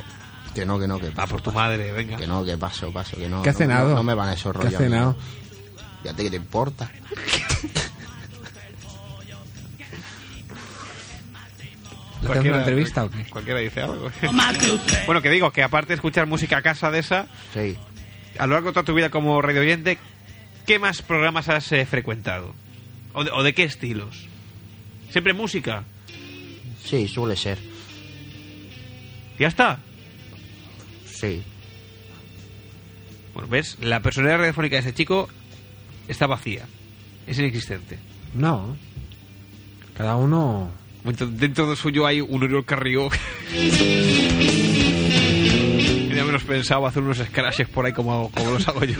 Speaker 3: Que no, que no, que
Speaker 1: Va por tu madre, venga.
Speaker 3: Que no, que paso, paso, que no.
Speaker 2: ¿Qué ha
Speaker 3: no,
Speaker 2: cenado?
Speaker 3: No, no me van a esos
Speaker 2: ¿Qué
Speaker 3: rollos.
Speaker 2: ha cenado?
Speaker 3: amigo. Fíjate que te importa.
Speaker 2: ¿Le hacemos una entrevista o qué?
Speaker 1: Cualquiera dice algo. bueno, que digo, que aparte de escuchar música a casa de esa,
Speaker 3: Sí.
Speaker 1: a lo largo de toda tu vida como radio oyente, ¿qué más programas has eh, frecuentado? ¿O de, o de qué estilos? ¿Siempre música?
Speaker 3: Sí, suele ser.
Speaker 1: ¿Ya está?
Speaker 3: Sí.
Speaker 1: Bueno, ves, la personalidad radiofónica de ese chico está vacía. Es inexistente.
Speaker 2: No. Cada uno.
Speaker 1: Dentro- Dentro de suyo hay un Oriol (laughs) Carrió. Tenía menos pensado hacer unos scratches por ahí como, como los hago yo. (laughs)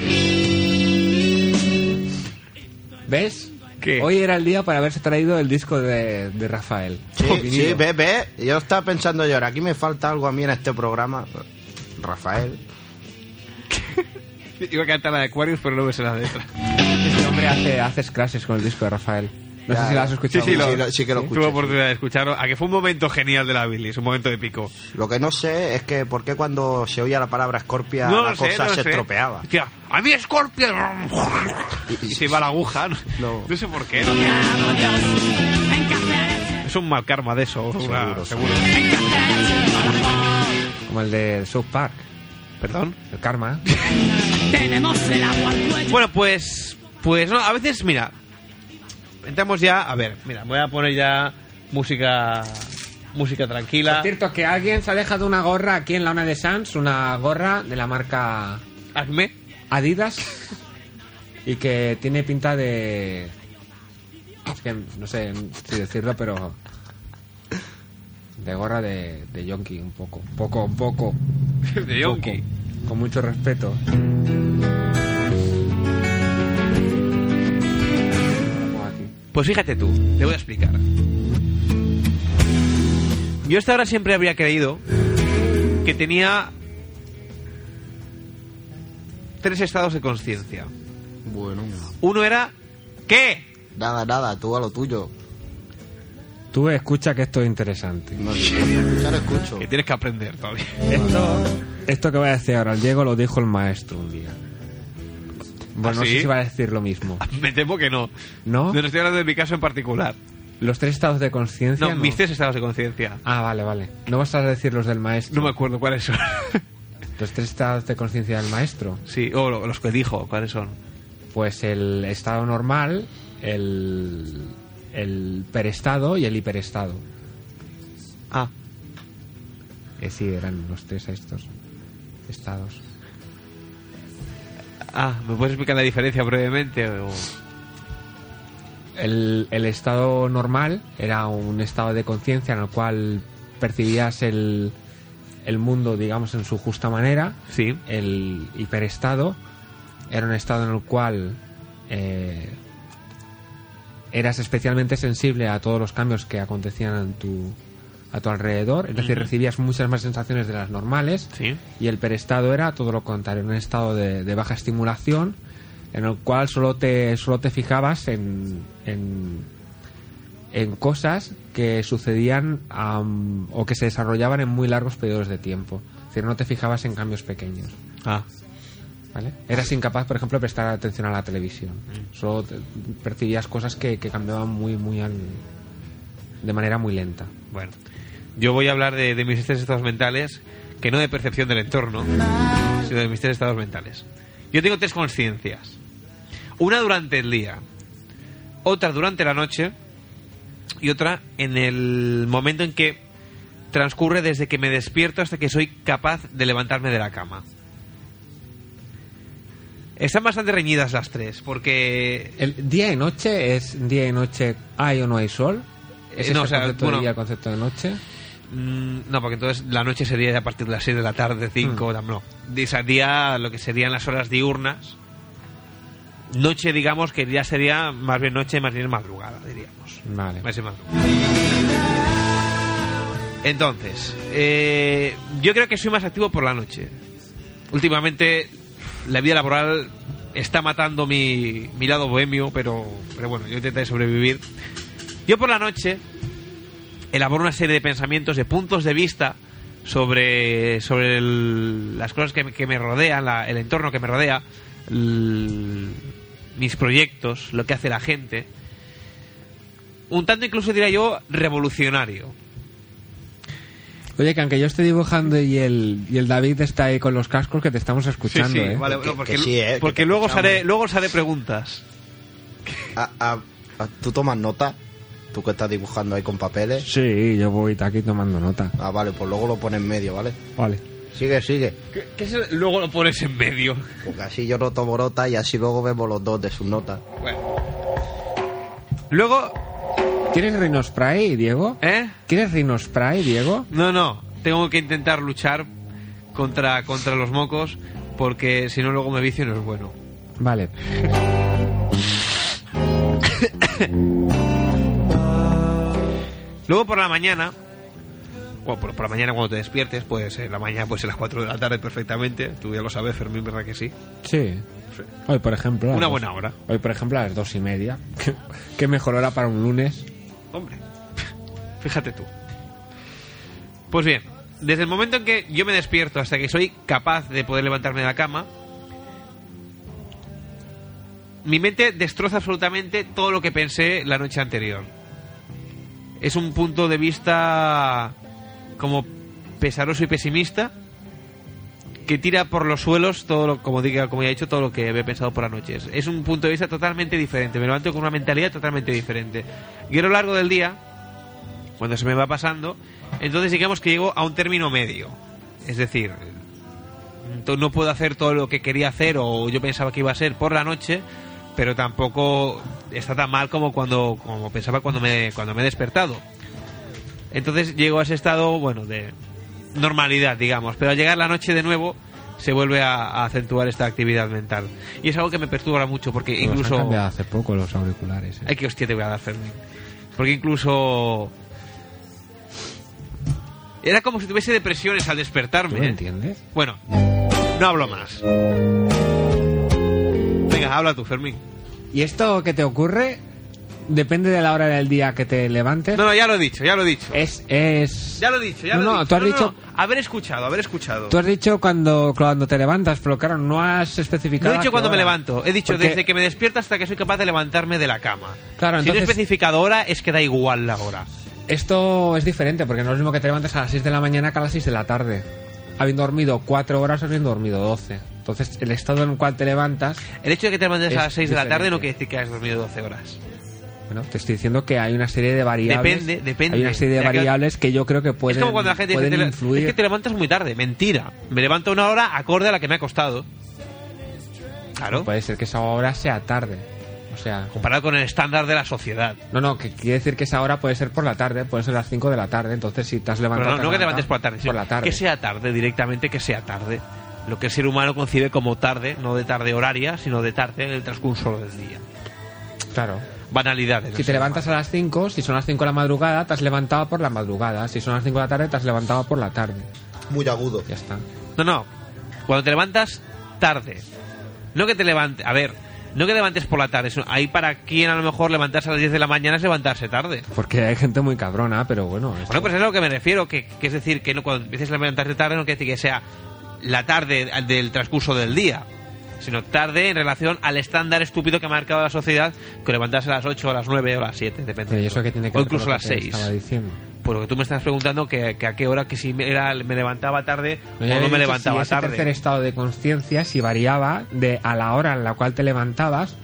Speaker 2: ¿Ves?
Speaker 1: ¿Qué?
Speaker 2: Hoy era el día para haberse traído el disco de, de Rafael. El
Speaker 3: Sí,
Speaker 2: vinilo.
Speaker 3: sí, ve, ve. Yo estaba pensando yo ahora, aquí me falta algo a mí en este programa. Rafael.
Speaker 1: Iba a cantar la de Aquarius, pero no me sé la letra.
Speaker 2: Este hombre hace, hace scratches con el disco de Rafael. No
Speaker 3: Ya,
Speaker 2: sé si lo has
Speaker 3: ya.
Speaker 2: escuchado.
Speaker 3: Sí, lo- sí que lo
Speaker 1: Tuve
Speaker 3: escuché,
Speaker 1: oportunidad de escucharlo. A que fue un momento genial de la bilis, un momento épico.
Speaker 3: Lo que no sé es que por qué cuando se oía la palabra escorpia
Speaker 1: no
Speaker 3: la
Speaker 1: lo sé,
Speaker 3: cosa
Speaker 1: no lo
Speaker 3: se
Speaker 1: sé.
Speaker 3: estropeaba.
Speaker 1: Hostia, a mí Scorpio.
Speaker 3: (laughs)
Speaker 1: Y se iba la aguja. No,
Speaker 3: No.
Speaker 1: No sé por qué. no. Es un mal karma de eso. una-
Speaker 3: Seguro,
Speaker 1: seguro.
Speaker 2: Como el de South Park.
Speaker 1: Perdón.
Speaker 2: El
Speaker 3: (laughs)
Speaker 2: Karma.
Speaker 1: Bueno, pues. Pues no, a veces, mira. Entramos ya. A ver, mira, voy a poner ya música. Música tranquila.
Speaker 2: Por cierto, que alguien se ha dejado una gorra aquí en la una de Sans, una gorra de la marca
Speaker 3: (laughs)
Speaker 1: Acme.
Speaker 2: Adidas y que tiene pinta de. Es que no sé si decirlo, pero. De gorra de, de yonki, un poco. Un poco, un poco.
Speaker 1: De
Speaker 2: un
Speaker 1: Yonki.
Speaker 2: poco. Con mucho respeto.
Speaker 1: Pues fíjate tú, te voy a explicar. Yo hasta ahora siempre habría creído que tenía tres estados de conciencia.
Speaker 3: Bueno,
Speaker 1: Uno era ¿qué?
Speaker 3: nada, nada, tú a lo tuyo.
Speaker 2: Tú escucha que esto es interesante.
Speaker 3: No, ya lo escucho.
Speaker 1: Que tienes que aprender todavía. (laughs)
Speaker 2: Esto, esto que voy a decir ahora, el Diego lo dijo el maestro un día.
Speaker 1: ¿Ah,
Speaker 2: Bueno, no
Speaker 1: sí?
Speaker 2: sé si va a decir lo mismo.
Speaker 1: Me temo que no.
Speaker 2: ¿No?
Speaker 1: No estoy hablando de mi caso en particular.
Speaker 2: Los tres estados de conciencia.
Speaker 1: No, mis tres estados de conciencia.
Speaker 2: Ah, vale, vale. No vas a decir los del maestro.
Speaker 1: No me acuerdo cuáles son. (laughs)
Speaker 2: Los tres estados de conciencia del maestro.
Speaker 1: Sí, o lo- los que dijo, cuáles son.
Speaker 2: Pues el estado normal, el, el perestado y el hiperestado.
Speaker 1: Ah,
Speaker 2: Eh, sí, eran los tres estos estados.
Speaker 1: ah, ¿me puedes explicar la diferencia brevemente? O-
Speaker 2: El, el estado normal era un estado de conciencia en el cual percibías el, el mundo, digamos, en su justa manera.
Speaker 1: Sí.
Speaker 2: el hiperestado era un estado en el cual eh, eras especialmente sensible a todos los cambios que acontecían en tu, a tu alrededor, es decir, recibías muchas más sensaciones de las normales
Speaker 1: Sí.
Speaker 2: y el perestado era todo lo contrario, un estado de, de baja estimulación en el cual solo te, solo te fijabas en, en, en cosas que sucedían am, o que se desarrollaban en muy largos periodos de tiempo. Es decir, no te fijabas en cambios pequeños.
Speaker 1: Ah.
Speaker 2: ¿vale? Eras incapaz, por ejemplo, de prestar atención a la televisión. Solo te- percibías cosas que, que cambiaban muy, muy al- de manera muy lenta.
Speaker 1: Bueno, yo voy a hablar de, de mis tres estados mentales, que no de percepción del entorno, sino de mis tres estados mentales. Yo tengo tres conciencias. Una durante el día, otra durante la noche y otra en el momento en que transcurre desde que me despierto hasta que soy capaz de levantarme de la cama. Están bastante reñidas las tres, porque...
Speaker 2: El día y noche es día y noche, hay o no hay sol. ¿Es
Speaker 1: Eh, no,
Speaker 2: ese
Speaker 1: o sea,
Speaker 2: el concepto
Speaker 1: bueno.
Speaker 2: de día, el concepto de noche.
Speaker 1: Mm, No, porque entonces la noche sería a partir de las 6 de la tarde, 5, tam- no. De esa día lo que serían las horas diurnas. Noche, digamos, que ya sería más bien noche, más bien madrugada, diríamos.
Speaker 2: Vale.
Speaker 1: Más bien madrugada. Entonces, eh, yo creo que soy más activo por la noche. Últimamente la vida laboral está matando mi, mi lado bohemio, pero, pero bueno, yo intentaré sobrevivir. Yo por la noche elaboro una serie de pensamientos, de puntos de vista sobre, sobre el- las cosas que, me- que me rodean, la- el entorno que me rodea, l- mis proyectos, lo que hace la gente. Un tanto incluso diría yo revolucionario.
Speaker 2: Oye, que aunque yo esté dibujando y el, y el David está ahí con los cascos, que te estamos escuchando. ¿eh?
Speaker 1: vale,
Speaker 3: Que-
Speaker 1: no, porque,
Speaker 3: que sí, eh, que
Speaker 1: porque
Speaker 3: te
Speaker 1: luego, os haré,
Speaker 3: escuchamos.
Speaker 1: luego os haré preguntas.
Speaker 3: A- a- a- Ah, ¿Tú tomas nota? ¿Tú que estás dibujando ahí con papeles?
Speaker 2: Sí, yo voy aquí tomando nota.
Speaker 3: Ah, vale, pues luego lo pones en medio, ¿vale?
Speaker 2: Vale.
Speaker 3: Sigue, sigue.
Speaker 1: ¿Qué, luego lo pones en medio?
Speaker 3: Porque así yo no tomo nota y así luego vemos los dos de sus notas.
Speaker 1: Luego,
Speaker 2: ¿Quieres Rhino Spray, Diego?
Speaker 1: ¿eh?
Speaker 2: ¿Quieres Rhino Spray, Diego?
Speaker 1: No, no, tengo que intentar luchar contra, contra los mocos porque si no luego me vicio y no es bueno.
Speaker 2: Vale.
Speaker 1: Luego por la mañana, bueno, por, por la mañana cuando te despiertes, pues eh, la mañana puede ser las 4 de la tarde perfectamente, tú ya lo sabes Fermín, ¿verdad que sí?
Speaker 2: Sí. Hoy, por ejemplo. a las
Speaker 1: Una
Speaker 2: dos-
Speaker 1: buena hora,
Speaker 2: Hoy, por ejemplo, a las dos y media. Qué mejor hora para un lunes.
Speaker 1: hombre, fíjate tú. Pues bien, desde el momento en que yo me despierto hasta que soy capaz de poder levantarme de la cama, mi mente destroza absolutamente todo lo que pensé la noche anterior. Es un punto de vista como pesaroso y pesimista que tira por los suelos todo lo, como diga, como ya he dicho, todo lo que había pensado por la noche. Es- Es un punto de vista totalmente diferente. Me levanto con una mentalidad totalmente diferente. Y a lo largo del día, cuando se me va pasando, entonces digamos que llego a un término medio. Es decir, to- no puedo hacer todo lo que quería hacer o yo pensaba que iba a ser por la noche, pero tampoco está tan mal como cuando como pensaba cuando me, cuando me he despertado. Entonces llego a ese estado, bueno, de normalidad, digamos, pero al llegar la noche de nuevo se vuelve a, a acentuar esta actividad mental. Y es algo que me perturba mucho porque
Speaker 2: Los Pues han
Speaker 1: incluso...
Speaker 2: cambiado hace poco los auriculares. ¿eh?
Speaker 1: Ay, que hostia te voy a dar, Fermín. Porque incluso... Era como si tuviese depresiones al
Speaker 2: ¿Tú
Speaker 1: despertarme.
Speaker 2: me
Speaker 1: ¿eh?
Speaker 2: entiendes?
Speaker 1: Bueno, no hablo más. Venga, habla tú, Fermín.
Speaker 2: ¿Y esto que te ocurre? Depende de la hora del día que te levantes.
Speaker 1: No, no, ya lo he dicho, ya lo he dicho.
Speaker 2: Es, es...
Speaker 1: Ya lo he dicho, ya
Speaker 2: no,
Speaker 1: lo he
Speaker 2: no,
Speaker 1: dicho.
Speaker 2: tú has
Speaker 1: No, no,
Speaker 2: dicho...
Speaker 1: no, Haber escuchado, haber escuchado.
Speaker 2: Tú has dicho cuando, cuando te levantas, pero claro, no has
Speaker 1: No
Speaker 2: especificado.
Speaker 1: he
Speaker 2: a
Speaker 1: dicho
Speaker 2: qué
Speaker 1: cuando me
Speaker 2: hora.
Speaker 1: levanto, he dicho
Speaker 2: Porque-
Speaker 1: desde que me despierto hasta que soy capaz de levantarme de la cama.
Speaker 2: Claro,
Speaker 1: Si no he
Speaker 2: entonces-
Speaker 1: especificado hora, es que da igual la hora.
Speaker 2: Esto es diferente, porque no es lo mismo que te levantes a las 6 de la mañana que a las 6 de la tarde. Habiendo dormido 4 horas, habiendo dormido 12. Entonces, el estado en el cual te levantas,
Speaker 1: El hecho de que te levantes
Speaker 2: Es
Speaker 1: a las 6 de la tarde no quiere decir
Speaker 2: diferente.
Speaker 1: que hayas dormido 12 horas.
Speaker 2: bueno, te estoy diciendo que hay una serie de variables.
Speaker 1: Depende, depende.
Speaker 2: Hay una serie de
Speaker 1: Ya que-
Speaker 2: variables que yo creo que pueden,
Speaker 1: es como cuando la gente dice
Speaker 2: pueden
Speaker 1: "Te le-
Speaker 2: influir.
Speaker 1: es que te levantas muy tarde. Mentira. Me levanto una hora acorde a la que me ha costado. Claro.
Speaker 2: Puede ser que esa hora sea tarde. O sea,
Speaker 1: Comparado con el estándar de la sociedad.
Speaker 2: no, no, que quiere decir que esa hora puede ser por la tarde, puede ser las 5 de la tarde. Entonces, si te has
Speaker 1: Pero
Speaker 2: levantado.
Speaker 1: no, no que te levantes
Speaker 2: has
Speaker 1: por la tarde.
Speaker 2: Por
Speaker 1: sino
Speaker 2: la tarde.
Speaker 1: Que sea tarde, directamente que sea tarde. Lo que el ser humano concibe como tarde, no de tarde horaria, sino de tarde en el transcurso del día.
Speaker 2: Claro.
Speaker 1: Banalidades.
Speaker 2: Si te levantas a las 5, si son las 5 de la madrugada, te has levantado por la madrugada. Si son las 5 de la tarde, te has levantado por la tarde.
Speaker 3: Muy agudo.
Speaker 2: Ya está.
Speaker 1: No, no. Cuando te levantas tarde. No que te levantes. A ver, no que levantes por la tarde. Eso- Ahí para quien a lo mejor levantarse a las 10 de la mañana es levantarse tarde.
Speaker 2: Porque hay gente muy cabrona, pero bueno. esto-
Speaker 1: Bueno, pues es a lo que me refiero, que, que es decir, que no, cuando empieces a levantarte tarde no quiere decir que sea la tarde del transcurso del día. sino tarde en relación al estándar estúpido que ha marcado la sociedad que levantarse a las 8 o a las 9 o a las 7, depende.
Speaker 2: Pero Eh, ¿y eso que tiene que
Speaker 1: o
Speaker 2: ver con
Speaker 1: incluso
Speaker 2: lo
Speaker 1: a las
Speaker 2: que te
Speaker 1: 6.
Speaker 2: Estaba diciendo.
Speaker 1: Por lo que tú me estás preguntando que, que a qué hora, que si me- era, me levantaba tarde o
Speaker 2: Ya
Speaker 1: no
Speaker 2: había
Speaker 1: me
Speaker 2: dicho
Speaker 1: levantaba
Speaker 2: si ese tercer
Speaker 1: tarde.
Speaker 2: estado de conciencia si variaba de a la hora en la cual te levantabas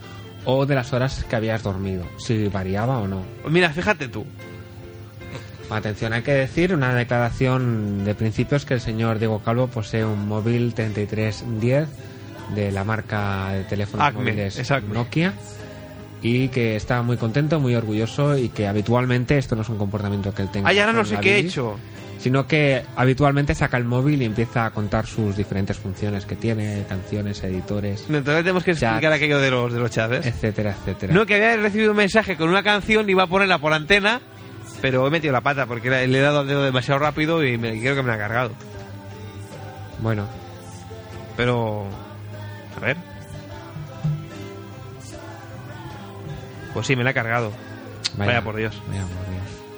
Speaker 2: o de las horas que habías dormido, si variaba o no.
Speaker 1: Mira, fíjate tú.
Speaker 2: Atención, hay que decir una declaración de principios que el señor Diego Calvo posee un móvil 3310 de la marca de teléfonos
Speaker 1: Acme,
Speaker 2: móviles
Speaker 1: es Acme.
Speaker 2: Nokia y que está muy contento, muy orgulloso y que habitualmente esto no es un comportamiento que él tenga.
Speaker 1: Ay, ahora Ah, no
Speaker 2: con
Speaker 1: sé
Speaker 2: la
Speaker 1: qué he
Speaker 2: bilis,
Speaker 1: hecho.
Speaker 2: Sino que habitualmente saca el móvil y empieza a contar sus diferentes funciones que tiene, canciones, editores,
Speaker 1: Entonces tenemos que explicar
Speaker 2: Chats.
Speaker 1: aquello de los, de los chats. ¿ves?
Speaker 2: etcétera, etcétera.
Speaker 1: No, que había recibido un mensaje con una canción y iba a ponerla por antena, pero he metido la pata porque le le he dado al dedo demasiado rápido y me, creo que me la ha cargado.
Speaker 2: Bueno,
Speaker 1: Pero. A ver. Pues sí, me la ha cargado. Vaya, por Dios.
Speaker 2: Vaya por Dios.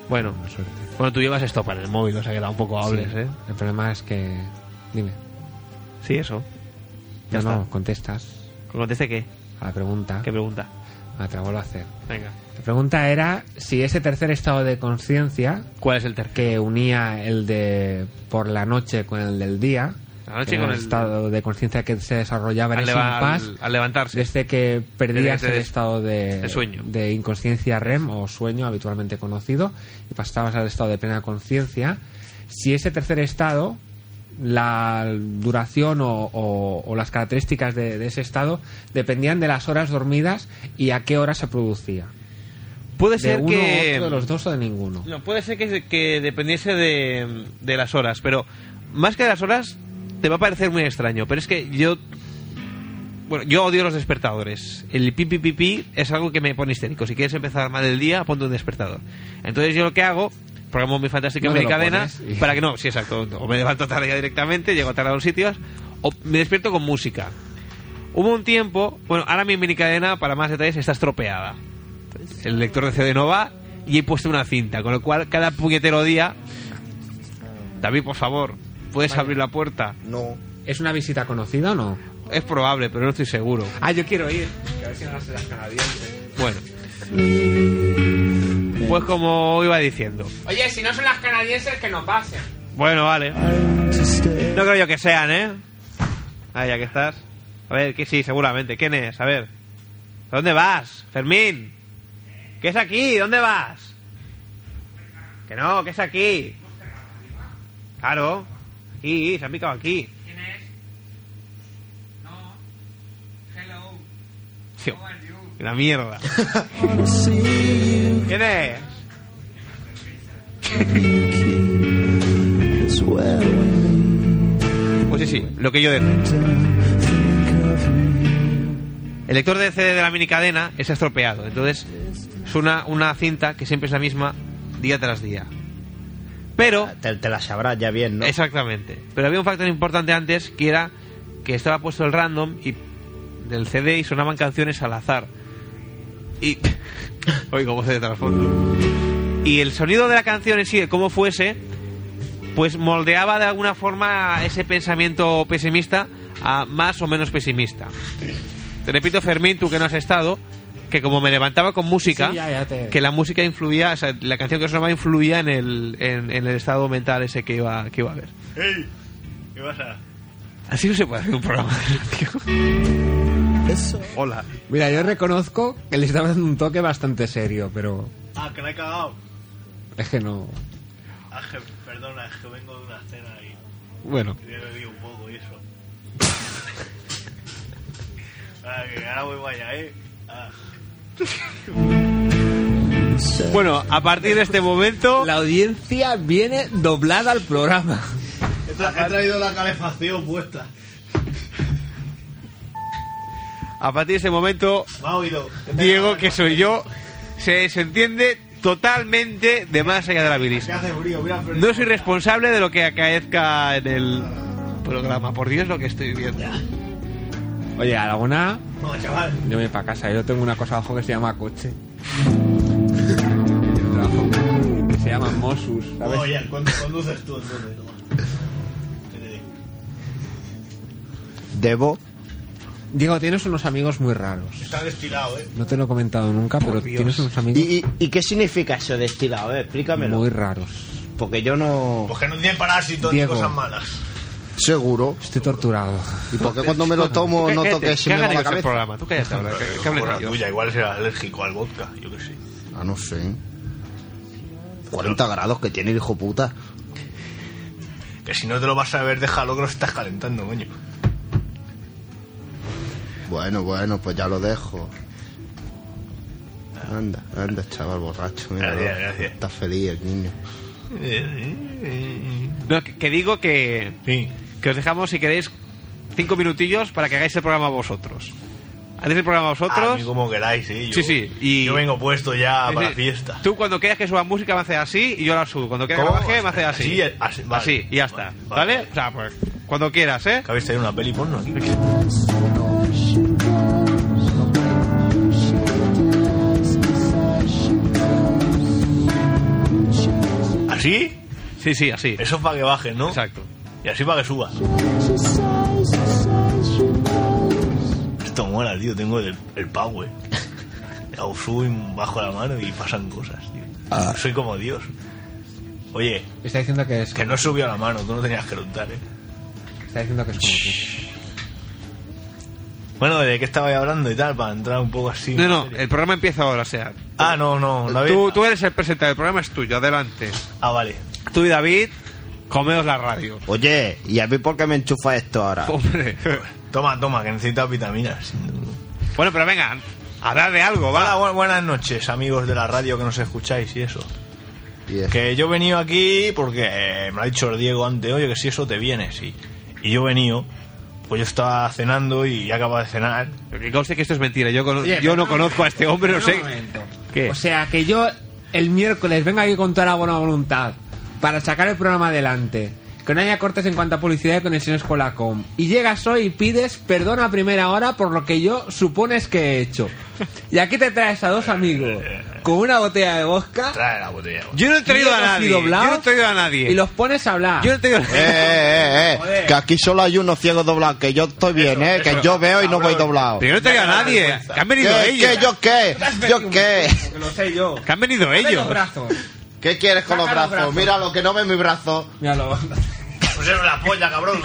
Speaker 1: Bueno,
Speaker 2: Buena suerte.
Speaker 1: bueno, tú llevas esto para el móvil, o sea que tampoco hables,
Speaker 2: Sí,
Speaker 1: ¿eh?
Speaker 2: El problema es que... Dime.
Speaker 1: Sí, eso. Ya
Speaker 2: no, no,
Speaker 1: está.
Speaker 2: contestas
Speaker 1: Conteste qué.
Speaker 2: a la pregunta.
Speaker 1: ¿Qué pregunta?
Speaker 2: Ah, te la vuelvo a hacer.
Speaker 1: Venga.
Speaker 2: La pregunta era si ese tercer estado de conciencia
Speaker 1: ¿Cuál es el tercer?
Speaker 2: que unía el de por la noche con el del día,
Speaker 1: La noche
Speaker 2: que era
Speaker 1: con
Speaker 2: el
Speaker 1: el-
Speaker 2: estado de conciencia que se desarrollaba en
Speaker 1: Al,
Speaker 2: ese
Speaker 1: leva-
Speaker 2: impas,
Speaker 1: al- al levantarse.
Speaker 2: desde que
Speaker 1: Desde
Speaker 2: perdías
Speaker 1: que
Speaker 2: el
Speaker 1: te des-
Speaker 2: estado de,
Speaker 1: el sueño.
Speaker 2: de inconsciencia REM o sueño habitualmente conocido y pasabas al estado de plena conciencia, si ese tercer estado, la duración o, o- o las características de, de ese estado dependían de las horas dormidas y a qué hora se producía.
Speaker 1: Puede
Speaker 2: De
Speaker 1: ser
Speaker 2: uno
Speaker 1: que.
Speaker 2: u otro, de los dos o de ninguno.
Speaker 1: No, puede ser que, que dependiese de, de las horas, pero más que de las horas, te va a parecer muy extraño. Pero es que yo. Bueno, yo odio los despertadores. El pi, pi, pi, pi es algo que me pone histérico. Si quieres empezar mal el día, ponte un despertador. Entonces, yo lo que hago, programo mi fantástica
Speaker 2: No te lo
Speaker 1: americadena
Speaker 2: pones y-
Speaker 1: para que no, sí, exacto. O me levanto tarde ya directamente, llego tarde a los sitios, o me despierto con música. Hubo un tiempo, bueno, ahora mi minicadena, para más detalles, está estropeada. El lector de CD no va y he puesto una cinta, con lo cual cada puñetero día... David, por favor, ¿puedes abrir la puerta?
Speaker 3: No.
Speaker 2: ¿Es una visita conocida o no?
Speaker 1: Es probable, pero no estoy seguro.
Speaker 2: Ah, yo quiero ir. Que a ver si no las canadienses.
Speaker 1: Bueno. Pues como iba diciendo.
Speaker 2: Oye, si no son las canadienses, que no pasen.
Speaker 1: Bueno, vale. No creo yo que sean, ¿eh? Ahí, ya que estás. A ver, que sí, seguramente. ¿Quién es? A ver. ¿A dónde vas, Fermín? ¿Qué es aquí? ¿Dónde vas? Que no, que es aquí. Claro. Aquí, se han picado aquí.
Speaker 7: ¿Quién es? No. Hello.
Speaker 1: Tío,
Speaker 7: How are you? (laughs)
Speaker 1: la mierda. ¿Quién es? Pues sí, sí, lo que yo decía. El lector de CD de la minicadena es estropeado, entonces es una, una cinta que siempre es la misma día tras día. Pero,
Speaker 3: Te, te la sabrás ya bien, ¿no?
Speaker 1: exactamente, pero había un factor importante antes que era que estaba puesto el random y del CD y sonaban canciones al azar. Y. (laughs) Oigo voces de trasfondo. Y el sonido de la canción en sí, de cómo fuese, pues moldeaba de alguna forma ese pensamiento pesimista a más o menos pesimista. Te repito, Fermín, tú que no has estado, que como me levantaba con música,
Speaker 2: Sí, ya, ya te-
Speaker 1: que la música influía, o sea, la canción que sonaba influía en el, en, en el estado mental ese que iba, que iba a haber. Así no se puede hacer un programa de radio. Hola.
Speaker 2: Mira, yo reconozco que le estaba dando un toque bastante serio, pero
Speaker 8: Ah, que la he cagado.
Speaker 2: es que no.
Speaker 8: Ah, que- perdona, es que vengo de una cena y
Speaker 1: Bueno.
Speaker 8: y he bebido un poco y (laughs) eso. ah, que ahora voy vaya, ¿eh? Ah.
Speaker 1: Bueno, a partir de este momento.
Speaker 2: La audiencia viene doblada al programa.
Speaker 8: He traído la calefacción puesta.
Speaker 1: A partir de este momento,
Speaker 8: Me ha oído.
Speaker 1: Diego, que soy yo, se, se entiende totalmente de más allá de la bilis.
Speaker 8: Que hace frío, mira, pero...
Speaker 1: No soy responsable de lo que acaezca en el programa. Por Dios, lo que estoy viendo.
Speaker 2: Oye, a la una,
Speaker 8: No, chaval.
Speaker 2: yo me voy para casa. Yo tengo una cosa abajo que se llama coche. Yo trabajo con- que se llama Mosus, ¿sabes?
Speaker 8: Oye, cuando conduces tú entonces? toma. ¿Qué te digo?
Speaker 3: Debo
Speaker 2: Diego, tienes unos amigos muy raros.
Speaker 8: Está destilado, ¿eh?
Speaker 2: No te lo he comentado nunca, pero tienes unos amigos
Speaker 3: ¿Y, y, y qué significa eso destilado? Eh? Explícamelo.
Speaker 2: muy raros.
Speaker 3: Porque yo no.
Speaker 8: Porque Pues no tiene parásitos
Speaker 2: Diego.
Speaker 8: ni cosas malas.
Speaker 9: Seguro.
Speaker 2: Estoy torturado.
Speaker 9: ¿Y por (laughs) qué cuando me lo tomo no
Speaker 1: Cállate,
Speaker 9: toqué si
Speaker 1: que
Speaker 9: me va
Speaker 1: hagan
Speaker 9: la
Speaker 1: ellos el
Speaker 9: cabeza?
Speaker 1: programa. Tú cállate ahora, que, que hablen
Speaker 8: Por la
Speaker 1: ellos.
Speaker 8: tuya, igual será alérgico al vodka, yo que sé.
Speaker 9: Ah, no sé.
Speaker 3: 40 grados que tiene el hijo puta.
Speaker 8: Que si no te lo vas a ver, déjalo que lo estás calentando, coño.
Speaker 9: Bueno, bueno, pues ya lo dejo. Anda, anda, chaval borracho. míralo.
Speaker 8: Gracias, gracias.
Speaker 9: Está feliz el niño.
Speaker 8: Eh,
Speaker 1: No, que, que digo que,
Speaker 8: Sí.
Speaker 1: que os dejamos, si queréis, cinco minutillos para que hagáis el programa vosotros. Hacéis el programa
Speaker 8: A
Speaker 1: vosotros.
Speaker 8: mí como queráis, sí. Yo,
Speaker 1: Sí, sí, y-
Speaker 8: Yo vengo puesto ya
Speaker 1: Es
Speaker 8: para la
Speaker 1: decir,
Speaker 8: fiesta.
Speaker 1: Tú cuando quieras que suba música me haces así y yo la subo. Cuando quieras que
Speaker 8: ¿Cómo?
Speaker 1: la baje me haces así.
Speaker 8: Así, así, vale.
Speaker 1: Así, y ya está.
Speaker 8: Vale,
Speaker 1: ¿Vale?
Speaker 8: vale.
Speaker 1: O sea, pues, cuando quieras, ¿eh?
Speaker 8: Que habéis traído una peli porno aquí. ¿Así?
Speaker 1: Sí, sí, así.
Speaker 8: Eso es para que bajes, ¿no?
Speaker 1: Exacto.
Speaker 8: Y así para que subas. Esto mola, tío. Tengo el, el
Speaker 1: (laughs)
Speaker 8: power. Hago subo y bajo la mano y pasan cosas, tío.
Speaker 1: Ah.
Speaker 8: Soy como Dios. Oye,
Speaker 2: Está diciendo que es
Speaker 8: que no subió la mano. Tú no tenías que luchar, ¿eh?
Speaker 2: Está diciendo que es como tú.
Speaker 8: Bueno, de qué estaba yo hablando y tal, para entrar un poco así.
Speaker 1: No, no, el programa empieza ahora, o sea.
Speaker 8: Ah, no, no. no había-
Speaker 1: Tú, tú eres el presentador, el programa es tuyo, adelante.
Speaker 8: Ah, vale.
Speaker 1: Tú y David, comeos la radio.
Speaker 3: Oye, ¿y a mí por qué me enchufa esto ahora?
Speaker 1: Hombre.
Speaker 8: Toma, toma, que necesitas vitaminas.
Speaker 1: Bueno, pero venga, hablar de algo,
Speaker 8: Hola,
Speaker 1: va.
Speaker 8: bu- buenas noches, amigos de la radio que nos escucháis y eso.
Speaker 9: Y es-
Speaker 8: Que yo he venido aquí porque eh, me lo ha dicho el Diego antes, oye, que si eso te vienes. Y, y yo he venido, pues yo estaba cenando y acababa de cenar.
Speaker 1: Que conste que esto es mentira, yo, cono-
Speaker 2: Oye,
Speaker 1: yo no
Speaker 2: perdón,
Speaker 1: conozco a este hombre, no
Speaker 2: Un
Speaker 1: sé.
Speaker 2: momento.
Speaker 1: ¿Qué?
Speaker 2: O sea, que yo el miércoles venga aquí con toda la buena voluntad para sacar el programa adelante. Que no haya cortes en cuanto a publicidad y conexiones con la com. Y llegas hoy y pides perdón a primera hora por lo que yo supones que he hecho. Y aquí te traes a dos amigos con una botella de vodka.
Speaker 8: Trae Ah, la botella. güey.
Speaker 1: Yo no he traído a
Speaker 2: y otros
Speaker 1: nadie. Yo
Speaker 2: doblados,
Speaker 1: no he traído a nadie.
Speaker 2: Y los pones a hablar.
Speaker 1: Yo no he traído a
Speaker 9: Eh, eh, eh, eh,
Speaker 2: Joder.
Speaker 9: que aquí solo hay unos ciegos doblados, que yo estoy bien, eh, que yo veo y no voy doblado.
Speaker 1: Pero yo no he traído a nadie. Que han venido
Speaker 9: ¿Qué,
Speaker 1: ellos.
Speaker 9: qué, yo qué?
Speaker 2: (laughs)
Speaker 9: ¿Yo qué?
Speaker 2: Que lo sé yo.
Speaker 1: Que han venido
Speaker 2: Dame
Speaker 1: ellos.
Speaker 2: los brazos.
Speaker 9: ¿Qué quieres con los
Speaker 2: Saca los brazos.
Speaker 9: brazos? Mira lo que no ve mi brazo.
Speaker 2: Míralo.
Speaker 8: Pusieron la polla, cabrón.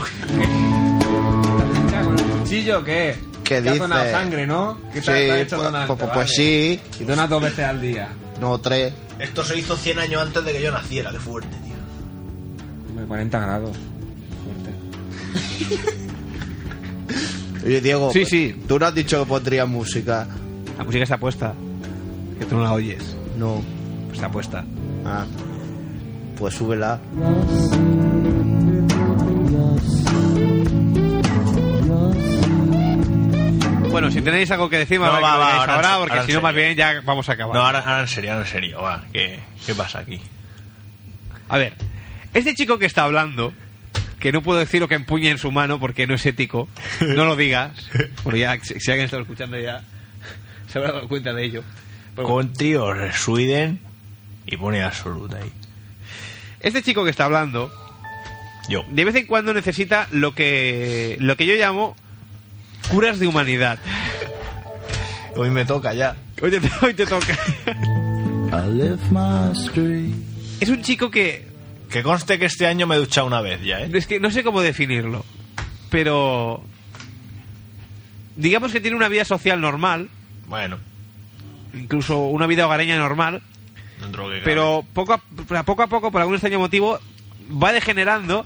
Speaker 2: ¿Con el cuchillo qué?
Speaker 9: ¿Qué
Speaker 2: Te has donado
Speaker 9: dices?
Speaker 2: sangre, ¿no? ¿Qué
Speaker 9: Sí,
Speaker 2: te- te has hecho
Speaker 9: pues,
Speaker 2: donante,
Speaker 9: pues- pues
Speaker 2: vale.
Speaker 9: sí,
Speaker 2: Y donas dos veces al día.
Speaker 9: no tres.
Speaker 8: Esto se hizo 100 años antes de que yo naciera, qué fuerte, tío.
Speaker 2: Hombre, 40 grados. Fuerte.
Speaker 9: Oye, Diego, pues,
Speaker 1: Sí, sí.
Speaker 9: tú no has dicho que pondría música.
Speaker 1: La música está puesta. Que tú no la oyes.
Speaker 9: No.
Speaker 1: Está puesta.
Speaker 9: Ah. Pues súbela.
Speaker 1: Bueno, si tenéis algo que decir, más
Speaker 8: No,
Speaker 1: vale
Speaker 8: va,
Speaker 1: que lo
Speaker 8: va,
Speaker 1: digáis
Speaker 8: ahora en
Speaker 1: ahora,
Speaker 8: se-
Speaker 1: porque
Speaker 8: ahora en
Speaker 1: si no, más
Speaker 8: serio.
Speaker 1: bien ya vamos a acabar.
Speaker 8: No, ahora, ahora en serio, ahora en serio, va. ¿Qué, qué pasa aquí?
Speaker 1: A ver, este chico que está hablando, que no puedo decir lo que empuña en su mano porque no es ético, no lo digas. Bueno, ya, si si alguien está escuchando ya, se habrá dado cuenta de ello. Pero bueno,
Speaker 8: Con tío Sweden y pone absoluta ahí.
Speaker 1: este chico que está hablando,
Speaker 8: Yo.
Speaker 1: de vez en cuando necesita lo que, lo que yo llamo curas de humanidad.
Speaker 8: Hoy me toca ya.
Speaker 1: Hoy te, (laughs) hoy te toca. Es un chico que
Speaker 8: Que conste que este año me he duchado una vez ya, ¿eh?
Speaker 1: Es que no sé cómo definirlo, pero digamos que tiene una vida social normal,
Speaker 8: Bueno,
Speaker 1: incluso una vida hogareña normal,
Speaker 8: dentro que
Speaker 1: pero poco a poco, a poco por algún extraño motivo, va degenerando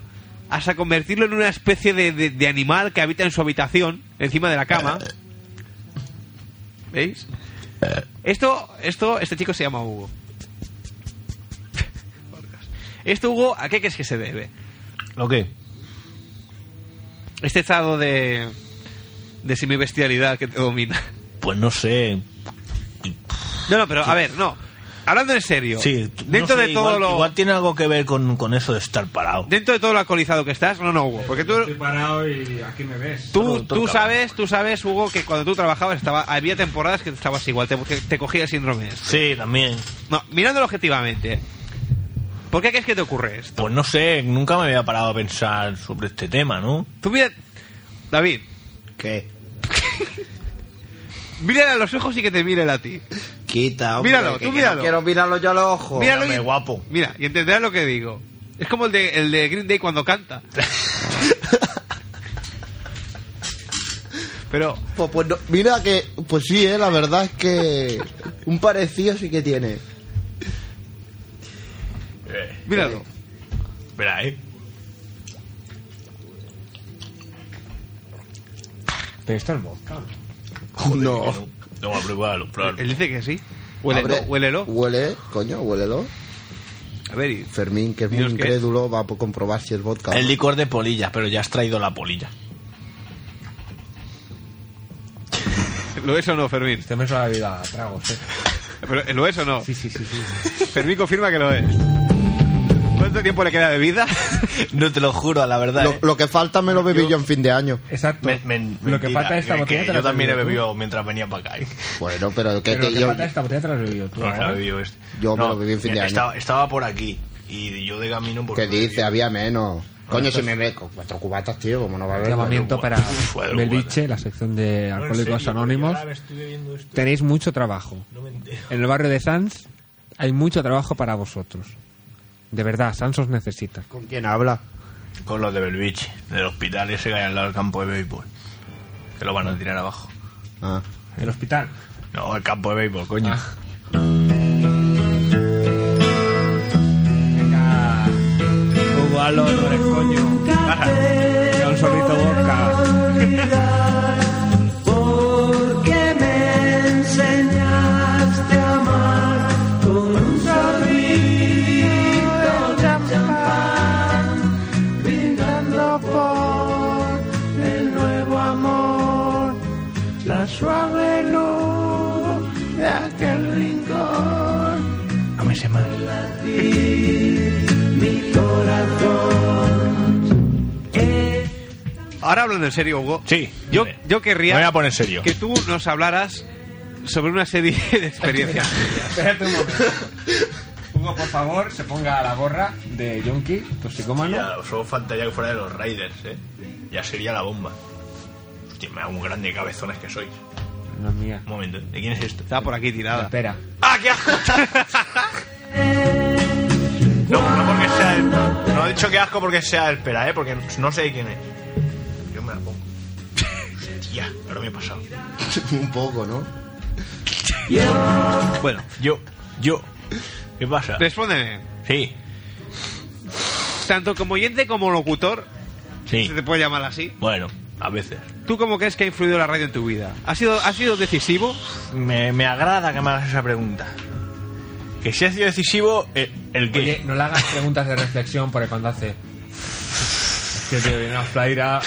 Speaker 1: hasta convertirlo en una especie de, de- de animal que habita en su habitación, encima de la cama. ¿Veis? Esto, esto, este chico se llama Hugo. (laughs) Esto, Hugo, ¿a qué crees que se debe?
Speaker 8: ¿Lo qué?
Speaker 1: este estado de de semibestialidad que te domina. (laughs)
Speaker 8: Pues no sé.
Speaker 1: No, no, pero a ver, no. Hablando en serio.
Speaker 8: Sí, t-
Speaker 1: dentro
Speaker 8: no sé,
Speaker 1: de todo
Speaker 8: igual,
Speaker 1: lo
Speaker 8: igual tiene algo que ver con, con eso de estar parado.
Speaker 1: dentro de todo lo alcoholizado que estás, no no Hugo, porque tú
Speaker 2: Estoy parado y aquí me ves.
Speaker 1: tú,
Speaker 8: todo
Speaker 1: tú
Speaker 8: cabrón.
Speaker 1: sabes, tú sabes Hugo que cuando tú trabajabas estaba había temporadas que estabas igual, te, que te cogía el síndrome. este.
Speaker 8: Sí, también.
Speaker 1: No, mirándolo objetivamente. ¿Por qué crees que te ocurre esto?
Speaker 8: Pues no sé, nunca me había parado a pensar sobre este tema, ¿no?
Speaker 1: Tú mira David,
Speaker 9: ¿Qué?
Speaker 1: Mírale a los ojos y que te miren a ti.
Speaker 3: Quita, hombre.
Speaker 1: Míralo,
Speaker 3: que-
Speaker 1: tú
Speaker 3: que
Speaker 1: míralo.
Speaker 3: no quiero mirarlo yo a los ojos.
Speaker 1: Míralo y-
Speaker 8: Hombre, guapo.
Speaker 1: Mira, y entenderás lo que digo. Es como el de, el de Green Day cuando canta. Pero,
Speaker 9: Pues, pues no- mira que, pues sí, eh, la verdad es que un parecido sí que tiene.
Speaker 8: Eh,
Speaker 1: míralo.
Speaker 8: espera, eh.
Speaker 2: Pero esto es vodka.
Speaker 9: No.
Speaker 8: No, a pruébalo, pruébalo.
Speaker 1: Él dice que sí. Huélelo,
Speaker 9: Abre-
Speaker 1: huélelo.
Speaker 9: Huele, coño, huélelo.
Speaker 1: A ver, y-
Speaker 9: Fermín, que es muy
Speaker 1: Dios, ¿qué es?
Speaker 9: incrédulo, va a comprobar si es vodka. o no.
Speaker 8: El licor de polilla, pero ya has traído la polilla.
Speaker 1: (laughs) ¿lo es o no, Fermín?
Speaker 2: Este me suena la vida a tragos, eh.
Speaker 1: Pero, ¿Lo es o no?
Speaker 2: Sí, sí, sí, sí.
Speaker 1: Fermín confirma que lo es. ¿Cuánto tiempo le queda de vida? (laughs)
Speaker 8: No te lo juro, la verdad.
Speaker 9: Lo,
Speaker 8: eh.
Speaker 9: lo que falta me lo bebí yo, en fin de año.
Speaker 2: Exacto.
Speaker 8: Me- me-
Speaker 2: lo que
Speaker 8: mentira,
Speaker 2: falta de esta
Speaker 8: que-
Speaker 2: botella
Speaker 8: que
Speaker 2: te la
Speaker 8: Yo
Speaker 2: has
Speaker 8: también he
Speaker 2: bebido tú.
Speaker 8: bebido mientras venía para acá. eh.
Speaker 9: Bueno, pero que,
Speaker 2: Pero lo
Speaker 9: que
Speaker 2: que
Speaker 9: yo...
Speaker 2: falta de esta botella te la has bebido tú. ¿eh?
Speaker 8: No, la he bebido este.
Speaker 9: Yo me lo bebí en fin de año.
Speaker 8: Estaba, estaba por aquí y yo de camino pues,
Speaker 9: ¿Qué
Speaker 8: por.
Speaker 9: dice? Había menos. Coño, si me meco. Cuatro cubatas, tío, como no va a haber...
Speaker 2: Llamamiento para
Speaker 8: Fuera de
Speaker 2: Belviche, la sección de Alcohólicos Anónimos. Tenéis mucho trabajo.
Speaker 8: No me entero.
Speaker 2: En el barrio de Sanz hay mucho trabajo para vosotros. De verdad, Sanz os necesita.
Speaker 9: ¿Con quién habla?
Speaker 8: Con los de Belvich, del hospital ese que hay al lado del campo de béisbol. Que lo van a tirar abajo.
Speaker 9: Ah.
Speaker 2: El hospital.
Speaker 8: No, el campo de béisbol, coño.
Speaker 2: Ah. Venga. Hugo, hazlo, no eres coño. Baja. Un sorbito vodka.
Speaker 5: Porque me enseñaste a amar con un sorbito de champán, brindando por el nuevo amor, la suave luz de aquel rincón.
Speaker 8: No me sé más.
Speaker 1: Ahora hablando en serio, Hugo.
Speaker 8: Sí,
Speaker 1: Yo,
Speaker 8: dime.
Speaker 1: yo querría
Speaker 8: Me voy a poner serio.
Speaker 1: que tú nos hablaras sobre una serie de experiencias.
Speaker 2: Espérate un momento. Hugo, por favor, se ponga la gorra de Yonki, toxicómano.
Speaker 8: Ya, solo faltaría que fuera de los Raiders, ¿eh? Ya sería la bomba. Hostia, me hago un grande cabezones que sois.
Speaker 2: No es mía.
Speaker 8: Un momento, ¿eh? ¿de quién es esto?
Speaker 1: Estaba por aquí tirada.
Speaker 2: Espera.
Speaker 8: ¡Ah, qué asco! (laughs) no, no porque sea el... No he dicho que asco porque sea el pera, ¿eh? Porque no sé quién es. Yo me la pongo. (laughs) Hostia, ahora me he pasado.
Speaker 9: (laughs) Un poco, ¿no?
Speaker 1: Bueno,
Speaker 8: Yo, yo... ¿Qué pasa?
Speaker 1: respóndeme.
Speaker 8: Sí,
Speaker 1: Tanto como oyente como locutor,
Speaker 8: sí.
Speaker 1: se te puede llamar así.
Speaker 8: Bueno, a veces.
Speaker 1: ¿Tú cómo crees que ha influido la radio en tu vida? ¿Ha sido, ha sido decisivo?
Speaker 8: Me, me agrada que me hagas esa pregunta. Que si ha sido decisivo, eh, el que...
Speaker 2: Oye, no le hagas preguntas de reflexión porque cuando hace. Es que te viene una flaira.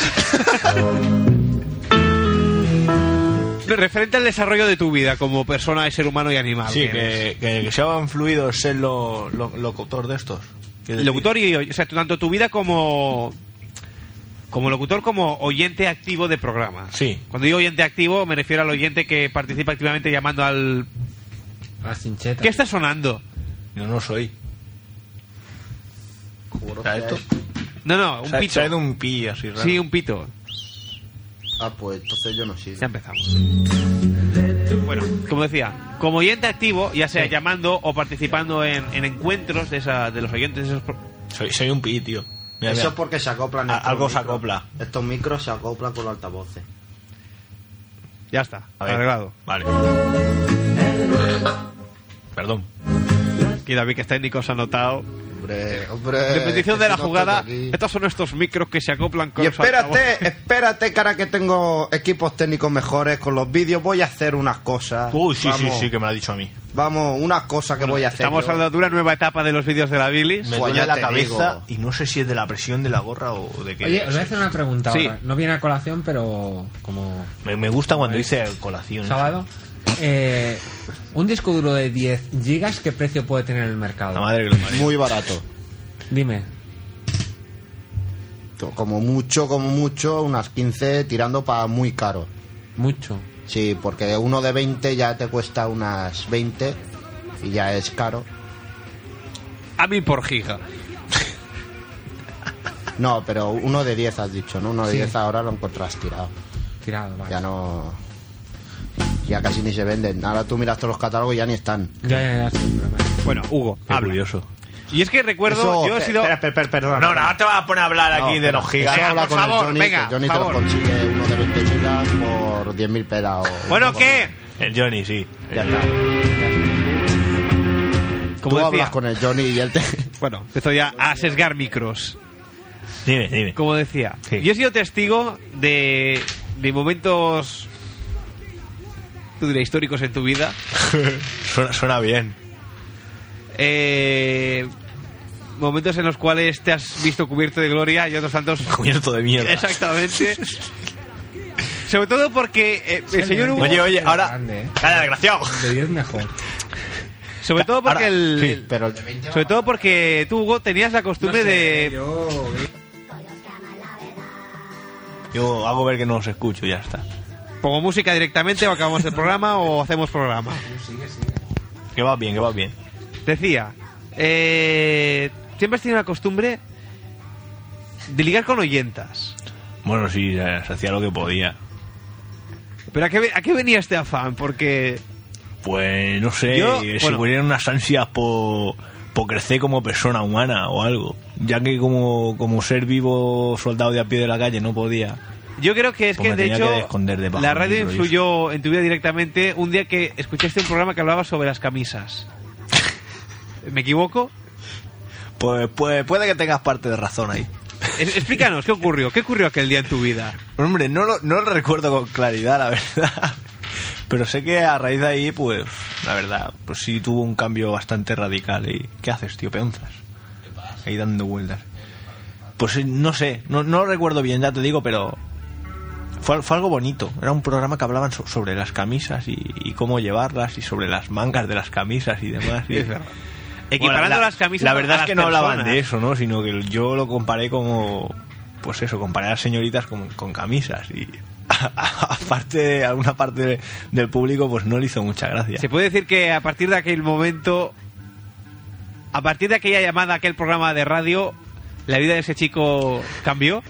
Speaker 1: Referente al desarrollo de tu vida como persona, ser humano y animal.
Speaker 8: Sí,
Speaker 1: que eres.
Speaker 8: que, que, que se han fluido ser lo, lo- locutor de estos. Que decir,
Speaker 1: Locutor y... O sea, tanto tu vida como... Como locutor, como oyente activo de programas.
Speaker 8: Sí.
Speaker 1: Cuando digo oyente activo, me refiero al oyente que participa activamente llamando al...
Speaker 2: La cincheta.
Speaker 1: ¿Qué está sonando?
Speaker 8: Yo no soy.
Speaker 9: Juro
Speaker 8: ¿Sabes
Speaker 9: que-
Speaker 8: esto?
Speaker 1: No, no, un
Speaker 8: Se ha-
Speaker 1: pito.
Speaker 8: se ha ido un pi así raro.
Speaker 1: Sí, un pito.
Speaker 9: Ah, pues entonces yo no sé.
Speaker 1: Ya empezamos. Bueno, como decía, como oyente activo, ya sea llamando o participando en, en encuentros de, esa, de los oyentes de esos pro-
Speaker 8: soy, soy un pi, tío. Mira,
Speaker 9: Eso
Speaker 8: mira.
Speaker 9: es porque se acoplan
Speaker 8: A-
Speaker 9: estos
Speaker 8: algo se
Speaker 9: micros.
Speaker 8: acopla.
Speaker 9: Estos micros se acoplan con los altavoces.
Speaker 1: Ya está,
Speaker 8: A ver.
Speaker 1: arreglado.
Speaker 8: Vale. Perdón.
Speaker 1: Y David, que es técnico, se ha notado.
Speaker 9: Hombre, hombre...
Speaker 3: Eh,
Speaker 1: Repetición
Speaker 9: que
Speaker 1: de
Speaker 9: si
Speaker 1: la
Speaker 9: no
Speaker 1: jugada.
Speaker 9: estoy aquí.
Speaker 1: Estos son estos micros que se acoplan con
Speaker 9: Y
Speaker 1: los altavoces.
Speaker 9: espérate, espérate, cara, que tengo equipos técnicos mejores con los vídeos. Voy a hacer unas cosas.
Speaker 8: Uy, sí,
Speaker 9: vamos,
Speaker 8: sí, sí, que me lo ha dicho a mí.
Speaker 9: Vamos, unas cosas que voy a hacer.
Speaker 1: Estamos
Speaker 9: yo.
Speaker 1: hablando de una nueva etapa de los vídeos de la bilis.
Speaker 8: Me
Speaker 9: Pues
Speaker 8: duele
Speaker 9: ya
Speaker 8: la
Speaker 9: te
Speaker 8: cabeza
Speaker 9: digo.
Speaker 8: y no sé si es de la presión de la gorra o de qué.
Speaker 2: Oye, os voy a hacer una pregunta
Speaker 1: Sí.
Speaker 2: ahora. No viene a colación, pero como
Speaker 8: me, me gusta cuando dice colación.
Speaker 2: sábado. Eh, un disco duro de 10 gigas, ¿qué precio puede tener en el mercado?
Speaker 8: La madre que lo parió.
Speaker 9: Muy barato.
Speaker 2: Dime.
Speaker 9: Como mucho, como mucho, unas 15 tirando para muy caro.
Speaker 2: Mucho.
Speaker 9: Sí, porque uno de 20 ya te cuesta unas 20 y ya es caro.
Speaker 1: A mí por giga.
Speaker 9: No, pero uno de 10 has dicho, ¿no? Uno de
Speaker 2: Sí.
Speaker 9: 10 ahora lo encuentras tirado.
Speaker 2: Tirado, vale.
Speaker 9: Ya no. Ya casi ni se venden. Ahora tú miras todos los catálogos y ya ni están.
Speaker 2: Ya, ya, ya, sí, pero vale.
Speaker 1: Bueno, Hugo, habla. Y es que recuerdo,
Speaker 9: Eso-
Speaker 1: yo he
Speaker 9: eh,
Speaker 1: sido.
Speaker 9: espera, espera, espera, perdona,
Speaker 8: No,
Speaker 9: perdona.
Speaker 8: no te vas a poner a hablar aquí de los gigas.
Speaker 9: Eso habla
Speaker 1: por
Speaker 9: con
Speaker 1: favor,
Speaker 9: el Johnny,
Speaker 1: venga,
Speaker 9: que Johnny
Speaker 1: por
Speaker 9: te lo
Speaker 1: favor.
Speaker 9: consigue uno de 20 gigas por 10.000 pelas o...
Speaker 1: Bueno, ¿qué?
Speaker 8: El Johnny, sí.
Speaker 9: Ya está.
Speaker 1: Como
Speaker 9: Tú hablas
Speaker 1: decía.
Speaker 9: con el Johnny y él te... (laughs)
Speaker 1: Bueno, empezó ya a sesgar micros.
Speaker 8: Dime, dime.
Speaker 1: Como decía,
Speaker 8: Sí.
Speaker 1: yo he sido testigo de, de momentos. Tú dirás históricos en tu vida.
Speaker 8: Suena, suena bien.
Speaker 1: Eh, momentos en los cuales te has visto cubierto de gloria y otros tantos.
Speaker 8: Cubierto de mierda.
Speaker 1: (laughs) Exactamente. Sobre todo porque eh, el señor Hugo.
Speaker 8: Oye, oye, ahora.
Speaker 2: Grande, eh.
Speaker 8: Calla, desgraciado.
Speaker 2: De 10 mejor.
Speaker 1: sobre todo porque
Speaker 8: ahora-
Speaker 1: el,
Speaker 8: sí.
Speaker 1: el-
Speaker 9: Pero el de 20
Speaker 1: Sobre todo porque tú, Hugo, tenías la costumbre
Speaker 2: eh,
Speaker 1: de.
Speaker 8: Yo hago ver que no os escucho y ya está.
Speaker 1: Pongo música directamente o acabamos el programa o hacemos programa.
Speaker 8: Que va bien, que va bien.
Speaker 1: Decía, eh, siempre has tenido la costumbre de ligar con oyentas.
Speaker 8: Bueno, sí, eh, se hacía lo que podía.
Speaker 1: Pero ¿a qué, ve- a qué venía este afán? Porque
Speaker 8: Pues no sé,
Speaker 1: Yo,
Speaker 8: si
Speaker 1: bueno.
Speaker 8: hubieran unas ansias por, por crecer como persona humana o algo. Ya que como, como ser vivo soldado de a pie de la calle no podía.
Speaker 1: yo creo que es
Speaker 8: Pues
Speaker 1: que,
Speaker 8: me
Speaker 1: de
Speaker 8: tenía que
Speaker 1: hecho,
Speaker 8: esconder debajo
Speaker 1: la
Speaker 8: del
Speaker 1: radio
Speaker 8: micro y
Speaker 1: influyó en tu vida directamente un día que escuchaste un programa que hablaba sobre las camisas. ¿Me
Speaker 8: (laughs)
Speaker 1: equivoco?
Speaker 8: Pues, pues puede que tengas parte de razón ahí.
Speaker 1: Es- Explícanos, ¿qué ocurrió? ¿Qué ocurrió aquel día en tu vida?
Speaker 8: Hombre, no lo, no lo recuerdo con claridad, la (laughs) verdad. Pero sé que a raíz de ahí, pues, la verdad, pues sí tuvo un cambio bastante radical. ¿Y qué haces, tío? Peonzas. Ahí dando vueltas. Pues eh, no sé, no, no lo recuerdo bien, ya te digo, pero fue, al- fue algo bonito. Era un programa que hablaban so- sobre las camisas y, y cómo llevarlas y sobre las mangas de las camisas y demás.
Speaker 1: (laughs)
Speaker 8: y-
Speaker 1: Es verdad.
Speaker 8: Bueno,
Speaker 1: Equiparando
Speaker 8: la-
Speaker 1: las camisas
Speaker 8: La
Speaker 1: a
Speaker 8: verdad es
Speaker 1: las
Speaker 8: que no hablaban
Speaker 1: personas.
Speaker 8: de eso, ¿no? Sino que yo lo comparé como. Pues eso, comparé a las señoritas con, con camisas. Y. (laughs) Aparte, alguna parte de- del público, pues no le hizo mucha gracia.
Speaker 1: Se puede decir que a partir de aquel momento, a partir de aquella llamada, aquel programa de radio, la vida de ese chico cambió.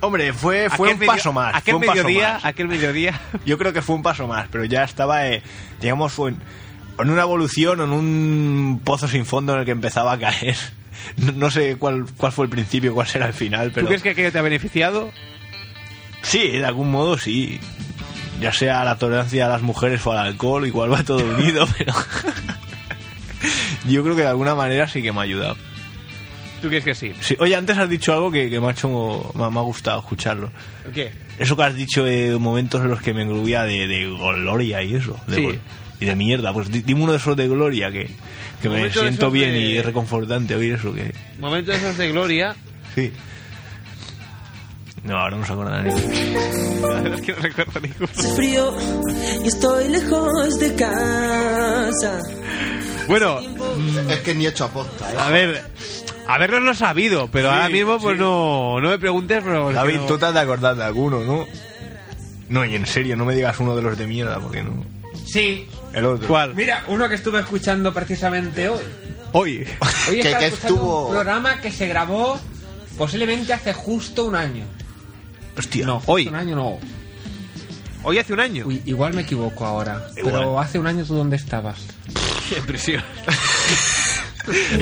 Speaker 8: Hombre, fue, fue un
Speaker 1: medio-
Speaker 8: paso más.
Speaker 1: Aquel
Speaker 8: fue un paso
Speaker 1: mediodía,
Speaker 8: más.
Speaker 1: aquel mediodía.
Speaker 8: Yo creo que fue un paso más, pero ya estaba, eh, digamos, fue en, en una evolución, en un pozo sin fondo en el que empezaba a caer. (laughs) No, no sé cuál, cuál fue el principio, cuál será el final, pero.
Speaker 1: ¿Tú crees que aquello te ha beneficiado?
Speaker 8: Sí, de algún modo sí. Ya sea a la tolerancia a las mujeres o al alcohol, igual va todo unido, (laughs) pero. Yo creo que de alguna manera sí que me ha ayudado.
Speaker 1: ¿Tú crees que sí?
Speaker 8: Sí, Oye, antes has dicho algo que, que me, ha hecho- me ha- me ha gustado escucharlo.
Speaker 1: ¿Qué?
Speaker 8: Eso que has dicho de momentos en los que me engrubía de, de gloria y eso. de
Speaker 1: Sí.
Speaker 8: gol- Y de mierda. Pues di- dime uno de esos de gloria que, que me
Speaker 1: Momentos de
Speaker 8: siento
Speaker 1: esos
Speaker 8: bien
Speaker 1: de-
Speaker 8: y es reconfortante oír eso. que
Speaker 1: Momentos esos de
Speaker 8: (laughs)
Speaker 1: gloria.
Speaker 8: Sí. No, ahora no se acuerda nadie.
Speaker 1: La verdad es que no recuerdo ninguno.
Speaker 5: Hace frío y estoy lejos de casa.
Speaker 1: Bueno,
Speaker 9: Es que ni he hecho aposta, ¿eh?
Speaker 1: a ver. Haberlo no sabido, pero ahora mismo pues no, no me preguntes, pero... es que
Speaker 8: David,
Speaker 1: no-
Speaker 8: tú te has de acordar de alguno, ¿no? No, y en serio, no me digas uno de los de mierda, porque no.
Speaker 2: Sí.
Speaker 8: El otro.
Speaker 1: ¿Cuál?
Speaker 2: Mira, uno que estuve escuchando precisamente hoy.
Speaker 1: Hoy.
Speaker 2: Hoy
Speaker 9: Que-
Speaker 2: estaba
Speaker 9: que
Speaker 2: escuchando
Speaker 9: estuvo-
Speaker 2: un programa que se grabó posiblemente hace justo un año.
Speaker 8: Hostia.
Speaker 2: No, justo
Speaker 1: hoy.
Speaker 2: un año no.
Speaker 1: Hoy hace un año.
Speaker 2: Uy, igual me equivoco ahora.
Speaker 8: Igual.
Speaker 2: Pero hace un año tú dónde estabas.
Speaker 1: Qué impresión.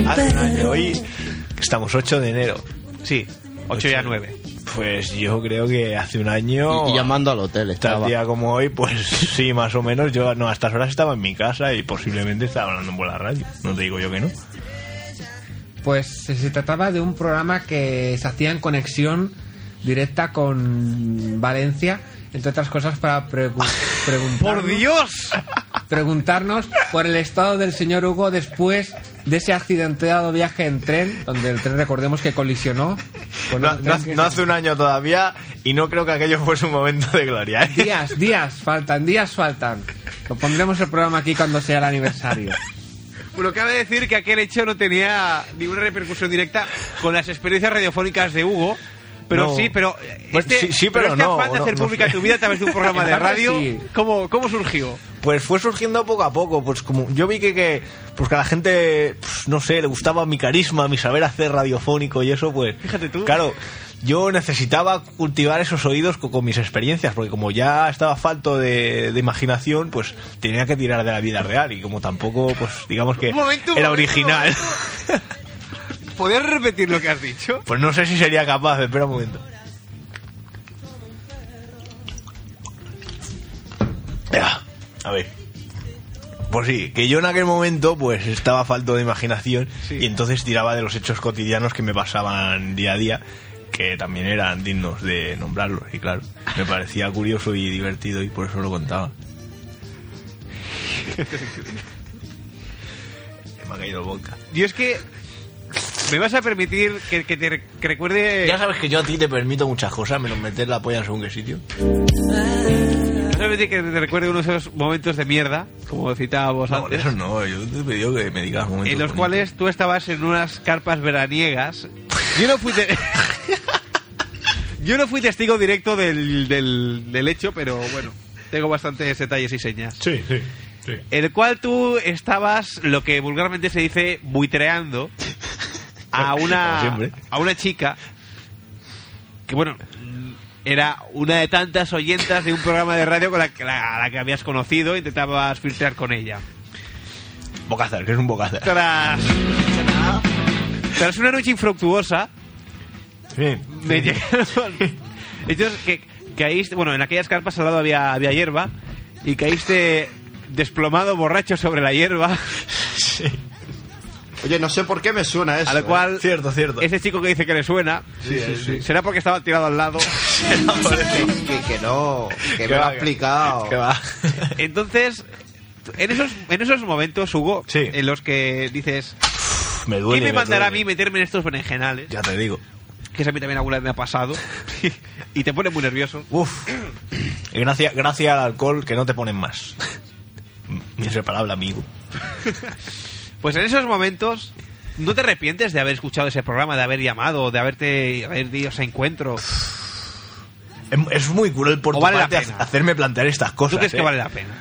Speaker 8: Hace un año, hoy estamos 8 de enero.
Speaker 1: Sí, 8 y a 9.
Speaker 8: Pues yo creo que hace un año.
Speaker 9: Y llamando al hotel
Speaker 8: Tal
Speaker 9: estaba.
Speaker 8: día como hoy, pues sí, más o menos. Yo no, a estas horas estaba en mi casa y posiblemente estaba hablando por la radio. No te digo yo que no.
Speaker 2: Pues se, se trataba de un programa que se hacía en conexión directa con Valencia, entre otras cosas para pregu- preguntarnos,
Speaker 1: ¡Por Dios!
Speaker 2: preguntarnos por el estado del señor Hugo después de ese accidentado viaje en tren, donde el tren recordemos que colisionó con
Speaker 8: Pues No,
Speaker 2: otro
Speaker 8: no-
Speaker 2: tren que-
Speaker 8: no hace un año todavía y no creo que aquello fuese un momento de gloria. ¿eh?
Speaker 2: Días, días, faltan, días faltan. Lo pondremos el programa aquí cuando sea el aniversario.
Speaker 1: Pero cabe decir que aquel hecho no tenía ninguna repercusión directa con las experiencias radiofónicas de Hugo, Pero
Speaker 8: No.
Speaker 1: sí, pero.
Speaker 8: Pues
Speaker 1: este-
Speaker 8: sí- sí, pero
Speaker 1: este
Speaker 8: no,
Speaker 1: afán de
Speaker 8: no-
Speaker 1: hacer
Speaker 8: no
Speaker 1: pública
Speaker 8: sé.
Speaker 1: tu vida a través de un
Speaker 8: (laughs)
Speaker 1: programa de
Speaker 8: Ahora
Speaker 1: radio,
Speaker 8: sí.
Speaker 1: ¿cómo, ¿cómo surgió?
Speaker 8: Pues fue surgiendo poco a poco, pues como yo vi que, que, pues que a la gente, pues, no sé, le gustaba mi carisma, mi saber hacer radiofónico y eso, pues...
Speaker 1: Fíjate tú.
Speaker 8: Claro, yo necesitaba cultivar esos oídos co- con, mis experiencias, porque como ya estaba falto de, de imaginación, pues tenía que tirar de la vida real y como tampoco, pues digamos que
Speaker 1: Un momento, un
Speaker 8: era
Speaker 1: momento, (laughs)
Speaker 8: original.
Speaker 1: ¿Podrías repetir lo que has dicho?
Speaker 8: Pues no sé si sería capaz, espera un momento. Ah, A ver. Pues sí, que yo en aquel momento pues estaba falto de imaginación
Speaker 1: Sí.
Speaker 8: y entonces tiraba de los hechos cotidianos que me pasaban día a día, que también eran dignos de nombrarlos, y claro, me parecía curioso y divertido y por eso lo contaba. (laughs) me ha caído el boca.
Speaker 1: Yo es que. ¿Me vas a permitir que, que te re- que recuerde.
Speaker 8: Ya sabes que yo a ti te permito muchas cosas, menos meter la polla en según qué sitio.
Speaker 1: me vas a permitir que te recuerde uno de esos momentos de mierda, como citábamos
Speaker 8: No,
Speaker 1: antes.
Speaker 8: eso no, yo te he pedido que me digas momentos
Speaker 1: en los
Speaker 8: bonitos.
Speaker 1: cuales tú estabas en unas carpas veraniegas. Yo no fui. te- Yo no fui testigo directo del, del- del hecho, pero bueno, tengo bastantes detalles y señas.
Speaker 10: Sí, sí, sí.
Speaker 1: El cual tú estabas, lo que vulgarmente se dice, buitreando a
Speaker 8: Como
Speaker 1: una,
Speaker 8: siempre.
Speaker 1: a una chica que, bueno, era una de tantas oyentas de un programa de radio con la, que- la- a la que habías conocido, intentabas filtrar con ella.
Speaker 8: Bocazar, que es un bocazar.
Speaker 1: Tras, tras una noche infructuosa,
Speaker 8: Sí.
Speaker 1: me llegaron. Ellos que caíste, bueno, en aquellas carpas al lado había, había hierba y caíste desplomado borracho sobre la hierba,
Speaker 9: Oye, no sé por qué me suena eso.
Speaker 1: a lo
Speaker 9: ¿eh?
Speaker 1: cual
Speaker 8: Cierto, cierto.
Speaker 1: ese chico que dice que le suena, será porque estaba tirado al lado.
Speaker 9: Que, ¿eh? que- que no, que me lo
Speaker 8: va,
Speaker 9: ha explicado.
Speaker 8: Que va.
Speaker 1: Entonces, en esos, en esos momentos, Hugo,
Speaker 8: Sí.
Speaker 1: en los que dices,
Speaker 8: me duele.
Speaker 1: ¿quién me mandará a mí
Speaker 8: duele.
Speaker 1: meterme en estos berenjenales?
Speaker 8: Ya te digo.
Speaker 1: Que eso a mí también alguna vez me ha pasado (laughs) y te pone muy nervioso.
Speaker 8: Uf. Y Gracias gracias al alcohol que no te ponen más. Mi palabra, amigo.
Speaker 1: Pues en esos momentos, ¿no te arrepientes de haber escuchado ese programa, de haber llamado, de haberte haber ido a ese encuentro?
Speaker 8: Es, es muy cruel por
Speaker 1: O
Speaker 8: tu
Speaker 1: vale la
Speaker 8: parte
Speaker 1: pena.
Speaker 8: ha- hacerme plantear estas cosas.
Speaker 1: ¿Tú crees que
Speaker 8: eh.
Speaker 1: vale la pena?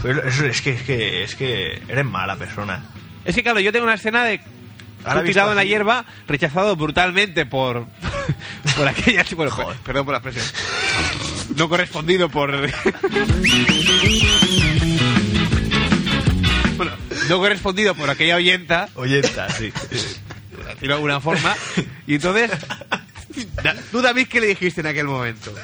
Speaker 8: Pero eso es, que, es que es que eres mala persona.
Speaker 1: Es que, claro, yo tengo una escena de.
Speaker 8: Ahora
Speaker 1: tú tirado
Speaker 8: visto
Speaker 1: en la
Speaker 8: así.
Speaker 1: hierba, rechazado brutalmente por. (laughs) por aquella. Bueno, per-
Speaker 8: Joder.
Speaker 1: perdón por la expresión. No correspondido por. (laughs) bueno, no correspondido por aquella oyenta.
Speaker 8: Oyenta, (laughs) sí.
Speaker 1: por decirlo de alguna forma. Y entonces, da- tú David, ¿qué le dijiste en aquel momento?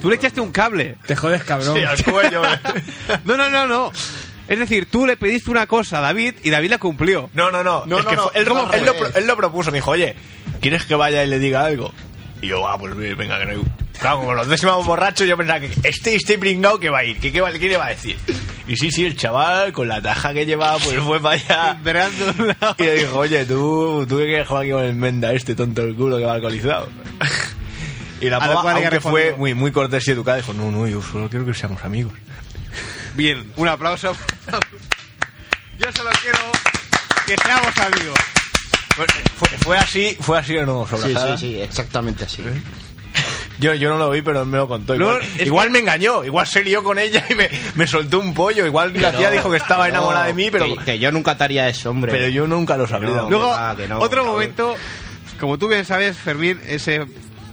Speaker 1: tú le echaste un cable.
Speaker 2: Te jodes, cabrón.
Speaker 8: Sí, al cuello. eh. (laughs)
Speaker 1: No, no, no, no. Es decir, tú le pediste una cosa a David y David la cumplió.
Speaker 8: No, no, no.
Speaker 9: No,
Speaker 8: es
Speaker 9: no,
Speaker 8: que
Speaker 9: no,
Speaker 8: fue- él,
Speaker 9: ¿cómo
Speaker 8: lo, él lo
Speaker 9: fue?
Speaker 8: pro- él lo propuso, me dijo, oye, ¿quieres que vaya y le diga algo? Y yo, ah, pues bien, venga, que no hay... Claro, como los décimos borrachos, yo pensaba que este, este pringao que va a ir, que qué, va- qué le va a decir. Y sí, sí, el chaval, con la taja que llevaba, pues fue
Speaker 9: (laughs)
Speaker 8: para allá.
Speaker 1: Esperando de un lado.
Speaker 8: Y le dijo, oye, tú, tú que quieres jugar aquí con el Menda este tonto del culo que va alcoholizado. Y la
Speaker 1: A lo
Speaker 8: pava,
Speaker 1: cual ella
Speaker 8: aunque fue
Speaker 1: respondió.
Speaker 8: muy, muy cortés y educada, dijo, no, no, yo solo quiero que seamos amigos.
Speaker 1: Bien, un aplauso. Yo solo quiero que seamos amigos.
Speaker 8: Fue, fue- fue así, fue así o no, sobre
Speaker 9: Sí, sí, sí, exactamente así.
Speaker 1: ¿Eh?
Speaker 8: Yo, yo no lo vi, pero él me lo contó.
Speaker 1: No,
Speaker 8: Igual,
Speaker 1: es
Speaker 8: igual
Speaker 1: que-
Speaker 8: me engañó, igual se lió con ella y me, me soltó un pollo. Igual la tía dijo que estaba enamorada de mí, pero,
Speaker 9: Que, que yo nunca te haría eso, hombre.
Speaker 8: pero yo nunca lo sabía.
Speaker 9: no.
Speaker 1: Luego,
Speaker 9: va, que no,
Speaker 1: otro
Speaker 9: que no.
Speaker 1: momento, como tú bien sabes, Fermín, ese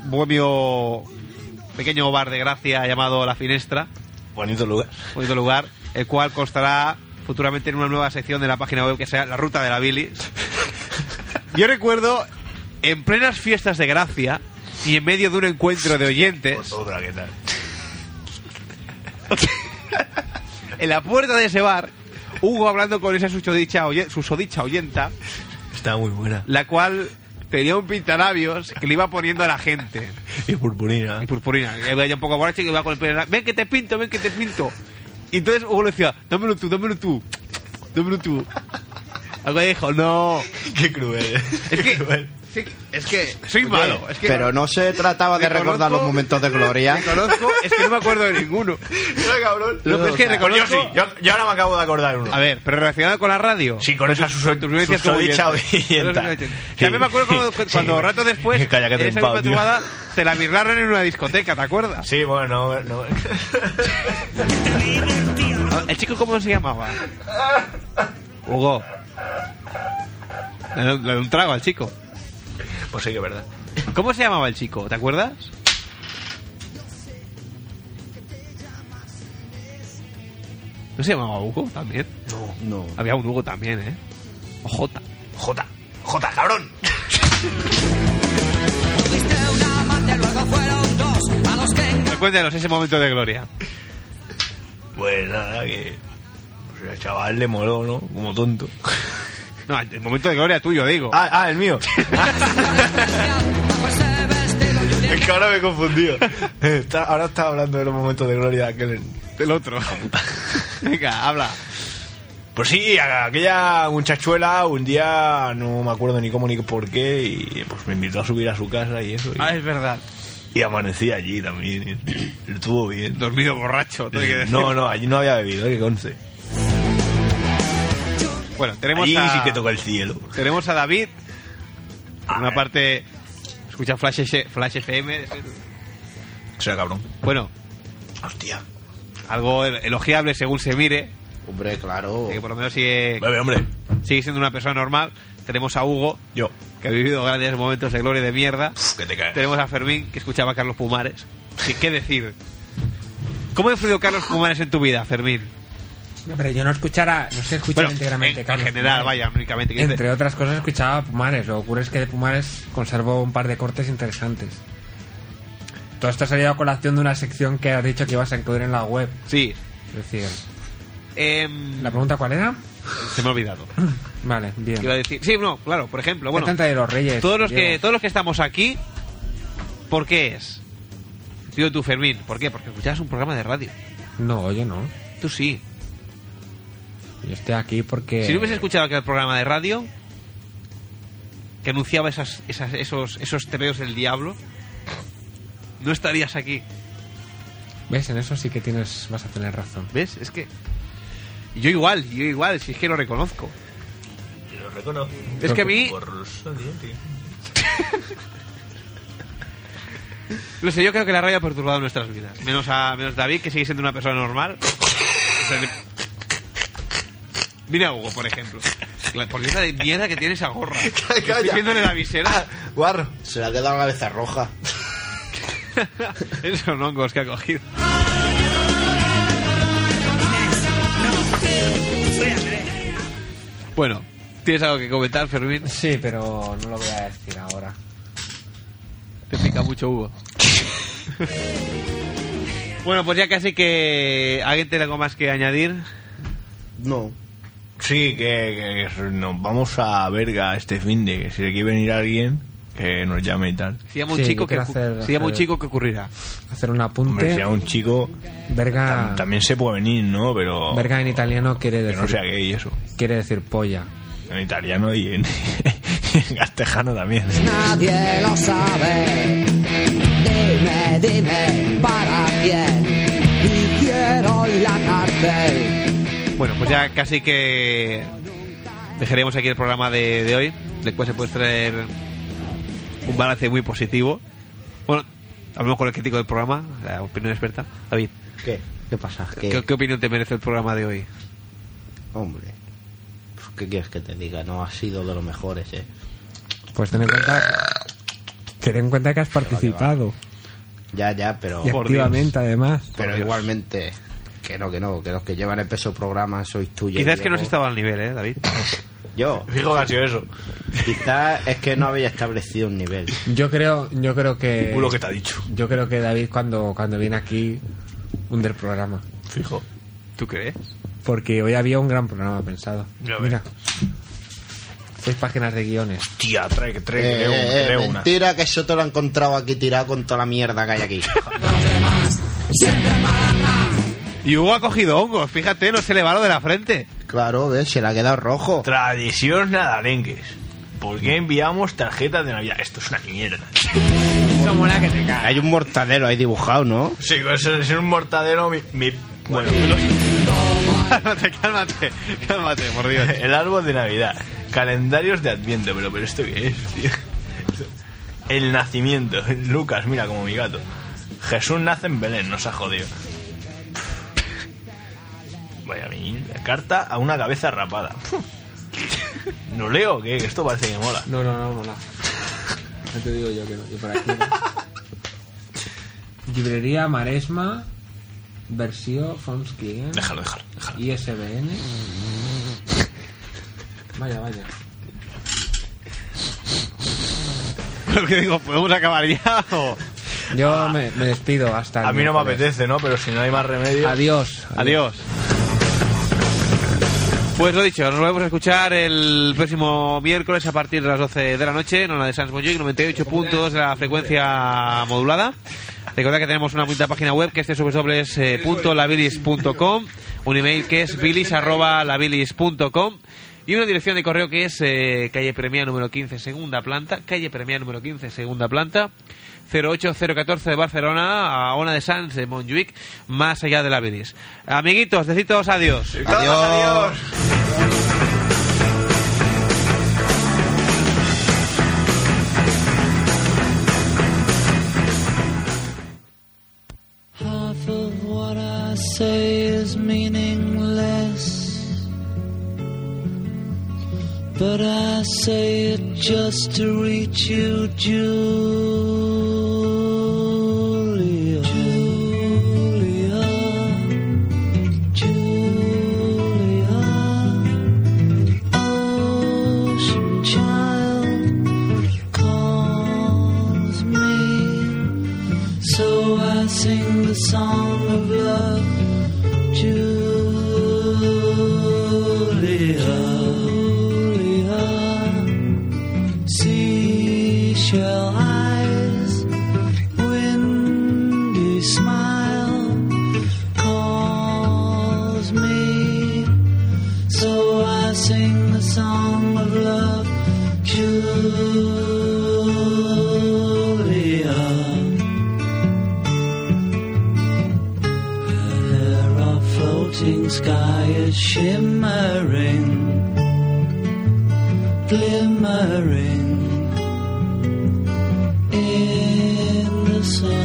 Speaker 1: bohemio pequeño bar de gracia llamado La Finestra,
Speaker 8: Bonito lugar.
Speaker 1: bonito lugar, el cual constará futuramente en una nueva sección de la página web que sea La Ruta de la Billy. Yo recuerdo, en plenas fiestas de gracia y en medio de un encuentro de oyentes,
Speaker 8: Otra, ¿qué tal?
Speaker 1: en la puerta de ese bar, Hugo hablando con esa susodicha, oye- susodicha oyenta,
Speaker 8: Está muy buena.
Speaker 1: la cual tenía un pintalabios que le iba poniendo a la gente.
Speaker 8: Y purpurina.
Speaker 1: Y purpurina. Y iba ya un poco borracho y iba con el pelo. en la- Ven que te pinto, ven que te pinto. Y entonces Hugo le decía, dámelo tú, dámelo tú. Dámelo tú. Algo dijo, no.
Speaker 8: Qué cruel.
Speaker 1: Es que, sí que- es que soy malo. Es que
Speaker 9: Pero no se trataba de
Speaker 1: Reconozco-
Speaker 9: recordar los momentos de gloria.
Speaker 1: reconozco, es que no me acuerdo de ninguno.
Speaker 8: cabrón.
Speaker 1: Lo que es que reconozco.
Speaker 8: Yo sí, yo, yo ahora me acabo de acordar uno.
Speaker 1: A ver, pero relacionado con la radio.
Speaker 8: Sí, con esa sus
Speaker 1: Tus vivencias como
Speaker 8: susodicha
Speaker 1: oyente.
Speaker 8: oyenta.
Speaker 1: Con esos
Speaker 8: Sí.
Speaker 1: oyentes. También me acuerdo cuando,
Speaker 8: Sí.
Speaker 1: cuando rato después,
Speaker 8: (laughs) Calla, que
Speaker 1: en esa
Speaker 8: trempao,
Speaker 1: misma
Speaker 8: tío.
Speaker 1: tumbada, se la birlaron en una discoteca, ¿te acuerdas?
Speaker 8: Sí, bueno, no. (laughs) no.
Speaker 1: ¿El chico cómo se llamaba? Hugo. Le le dio un trago al chico.
Speaker 8: Pues sí que es verdad.
Speaker 1: ¿Cómo se llamaba el chico? ¿Te acuerdas? ¿No se llamaba Hugo también?
Speaker 9: No.
Speaker 1: Había un Hugo también, ¿eh? O Jota.
Speaker 8: Jota, Jota, cabrón.
Speaker 1: Cuéntanos ese momento de gloria.
Speaker 8: Pues nada, que. Pues el chaval le moló, ¿no? Como tonto.
Speaker 1: No, el momento de gloria tuyo, digo.
Speaker 8: Ah, ah, el mío. (laughs) es que ahora me he confundido. Está- ahora estaba hablando de los momentos de gloria de aquel.
Speaker 1: Del
Speaker 8: (laughs)
Speaker 1: otro. Venga, habla.
Speaker 8: Pues sí, a- aquella muchachuela un día no me acuerdo ni cómo ni por qué y pues me invitó a subir a su casa y eso. Y,
Speaker 1: Ah, es verdad.
Speaker 8: y amanecí allí también. y estuvo bien.
Speaker 1: Dormido borracho. tengo que decir.
Speaker 8: Eh, No, no, allí no había bebido, ¿eh? que conce.
Speaker 1: Bueno, tenemos
Speaker 8: Allí
Speaker 1: a,
Speaker 8: sí que tocó el cielo.
Speaker 1: tenemos a David.
Speaker 8: Ah,
Speaker 1: Una parte... Escucha Flash, F- Flash FM.
Speaker 8: O sea, cabrón.
Speaker 1: Bueno,
Speaker 8: Hostia.
Speaker 1: algo elogiable según se mire.
Speaker 9: Hombre,
Speaker 8: Oh.
Speaker 9: claro.
Speaker 1: Que por lo menos sigue,
Speaker 8: Bebe, hombre.
Speaker 1: sigue siendo una persona normal. Tenemos a Hugo,
Speaker 8: Yo.
Speaker 1: que ha vivido grandes momentos de gloria y de mierda.
Speaker 8: Que te caes.
Speaker 1: Tenemos a Fermín, que escuchaba a Carlos Pumares. Sí, ¿Qué decir? ¿Cómo ha influido Carlos Pumares en tu vida, Fermín?
Speaker 2: Hombre, yo no escuchara, no sé escuchar
Speaker 1: en,
Speaker 2: íntegramente,
Speaker 1: en
Speaker 2: Carlos
Speaker 1: general,
Speaker 2: Pumares.
Speaker 1: vaya, únicamente. que
Speaker 2: Entre otras cosas escuchaba a Pumares. Lo que ocurre es que de Pumares conservo un par de cortes interesantes. Todo esto ha salido a colación de una sección que has dicho que ibas a incluir en la web.
Speaker 1: Sí.
Speaker 2: Es decir,
Speaker 1: Em,
Speaker 2: ¿la pregunta cuál era?
Speaker 1: (laughs) Se me ha olvidado.
Speaker 2: (laughs) Vale, bien.
Speaker 1: Iba a decir. Sí, no, claro, por ejemplo,
Speaker 2: ¿Qué
Speaker 1: bueno,
Speaker 2: tanta de los reyes?
Speaker 1: todos los que
Speaker 2: Diego?
Speaker 1: todos los que estamos aquí, ¿por qué es? Digo tú, Fermín, ¿por qué? Porque escuchabas un programa de radio.
Speaker 2: No, yo no.
Speaker 1: Tú sí.
Speaker 2: Yo estoy aquí porque...
Speaker 1: Si no hubiese escuchado aquel programa de radio que anunciaba esas, esas- esos, esos tebeos del diablo, no estarías aquí.
Speaker 2: ¿Ves? En eso sí que tienes vas a tener razón.
Speaker 1: ¿Ves? Es que. y Yo igual, yo igual, si es que lo reconozco.
Speaker 8: Lo reconozco.
Speaker 1: Es que a mí,
Speaker 8: Por saliente.
Speaker 1: no sé, yo creo que la radio ha perturbado nuestras vidas. Menos a menos David, que sigue siendo una persona normal. O sea, le- Mira a Hugo, por ejemplo. La- Por esa de mierda que tiene esa gorra. Estoy
Speaker 9: Calla.
Speaker 1: viéndole la visera. (laughs)
Speaker 9: Guarro. Se le ha quedado la cabeza roja.
Speaker 1: Esos hongos que ha cogido. Bueno, ¿tienes algo que comentar, Fermín?
Speaker 2: Sí, pero no lo voy a decir ahora.
Speaker 1: Te pica mucho Hugo. (laughs) bueno, pues ya casi que alguien tiene algo más que añadir.
Speaker 9: No.
Speaker 8: Sí, que, que nos vamos a verga este fin de que si le quiere venir alguien, que nos llame y tal.
Speaker 1: Se llama un
Speaker 2: Sí, yo
Speaker 1: chico que
Speaker 2: quiero
Speaker 1: ocu-
Speaker 2: hacer-
Speaker 1: se llama un
Speaker 2: hacer-
Speaker 1: chico que ocurrirá.
Speaker 2: Hacer un
Speaker 8: Hombre,
Speaker 2: apunte.
Speaker 8: si a un chico
Speaker 2: Verga,
Speaker 9: Ah.
Speaker 8: tam- también se puede venir, ¿no? Pero
Speaker 2: verga en italiano quiere
Speaker 8: que
Speaker 2: decir,
Speaker 8: no sea gay y eso.
Speaker 2: quiere decir polla.
Speaker 8: En italiano y en, (laughs) y en castejano también.
Speaker 5: Nadie lo sabe. Dime, dime, para quién. Y quiero la cárcel.
Speaker 1: Bueno, pues ya casi que dejaremos aquí el programa de, de hoy, del cual se puede traer un balance muy positivo. Bueno, hablamos con el crítico del programa, la opinión experta. David,
Speaker 9: ¿Qué? ¿Qué pasa?
Speaker 3: Eh.
Speaker 9: ¿Qué?
Speaker 1: ¿qué, qué opinión te merece el programa de hoy?
Speaker 9: Hombre. Pues, ¿Qué quieres que te diga? No ha sido de los mejores, eh.
Speaker 2: Pues ten en cuenta, ten en cuenta que has participado.
Speaker 9: Ya, ya,
Speaker 1: Oh,
Speaker 9: pero.
Speaker 2: Y activamente, además.
Speaker 9: Pero igualmente. Que no, que no. Que los que llevan el peso programa sois tuyos.
Speaker 1: Quizás que no has estado al nivel, ¿eh,
Speaker 8: (laughs)
Speaker 1: David?
Speaker 9: Yo.
Speaker 8: Fijo que ha sido eso.
Speaker 9: Quizás es que no había establecido
Speaker 1: (laughs)
Speaker 9: un nivel.
Speaker 2: Yo creo, yo creo que.
Speaker 8: Culo que te ha dicho.
Speaker 2: Yo creo que David cuando, cuando viene aquí hunde el programa.
Speaker 8: Fijo.
Speaker 1: ¿Tú crees?
Speaker 2: Porque hoy había un gran programa pensado.
Speaker 8: Ya
Speaker 2: Mira. Seis páginas de guiones.
Speaker 8: Tía, trae, que trae,
Speaker 9: Eh,
Speaker 8: que leo,
Speaker 9: eh,
Speaker 8: que
Speaker 9: eh,
Speaker 8: leo una.
Speaker 9: mentira que eso te lo he encontrado aquí tirado con toda la mierda que
Speaker 1: (laughs)
Speaker 9: hay aquí.
Speaker 1: Y Hugo ha cogido hongos, fíjate, no se le va lo de la frente. (laughs)
Speaker 9: Claro, ¿ves? Se le ha quedado rojo.
Speaker 8: Tradición nadalengues. ¿Por qué enviamos tarjetas de Navidad? Esto es una mierda.
Speaker 2: que te cae.
Speaker 9: Hay un mortadelo ahí dibujado, ¿no?
Speaker 8: Sí, es un mortadero mi... mi-
Speaker 1: (laughs)
Speaker 8: bueno,
Speaker 1: cálmate, cálmate, cálmate, por Dios.
Speaker 8: (laughs) el árbol de Navidad. Calendarios de Adviento, pero, pero ¿esto qué es, tío? El nacimiento. Lucas, mira como mi gato. Jesús nace en Belén, nos ha jodido. Vaya mierda. Carta a una cabeza
Speaker 1: (laughs)
Speaker 8: rapada. ¿No leo? ¿Qué? Esto parece que mola.
Speaker 2: No, no, no, mola. Ya te digo yo que no, yo por
Speaker 8: (laughs)
Speaker 2: aquí. no. Librería Maresma, versión ¿eh? Fons Client,
Speaker 8: Déjalo, déjalo, déjalo. (laughs)
Speaker 2: ISBN. Vaya, vaya.
Speaker 1: Lo que digo, ¿podemos acabar ya o...?
Speaker 2: Yo me, me despido hasta. el
Speaker 8: A mí no me
Speaker 2: miércoles.
Speaker 8: apetece, ¿no? Pero si no hay más remedio...
Speaker 2: Adiós.
Speaker 1: Adiós. Pues lo dicho, nos volvemos a escuchar el próximo miércoles a partir de las 12 de la noche en la de Sans Montjuic, 98.2 de la frecuencia modulada. Recordad que tenemos una bonita página web que es www.labilis.com, un email que es bilis.labilis.com y una dirección de correo que es eh, calle Premia número 15, segunda planta, calle Premia número 15, segunda planta, 08014 de Barcelona, a Ona de Sanz, de Montjuic, más allá de la Bilis. Amiguitos, decitos adiós.
Speaker 9: Adiós.
Speaker 5: Half of what I say is meaningless. But I say it just to reach you, Julia. Julia. Julia. Ocean child calls me. So I sing the song of love, Julia. Julia. Seashell eyes, windy smile calls me. So I sing the song of love, Julia. There our floating sky is shimmering, glimmering in the sun.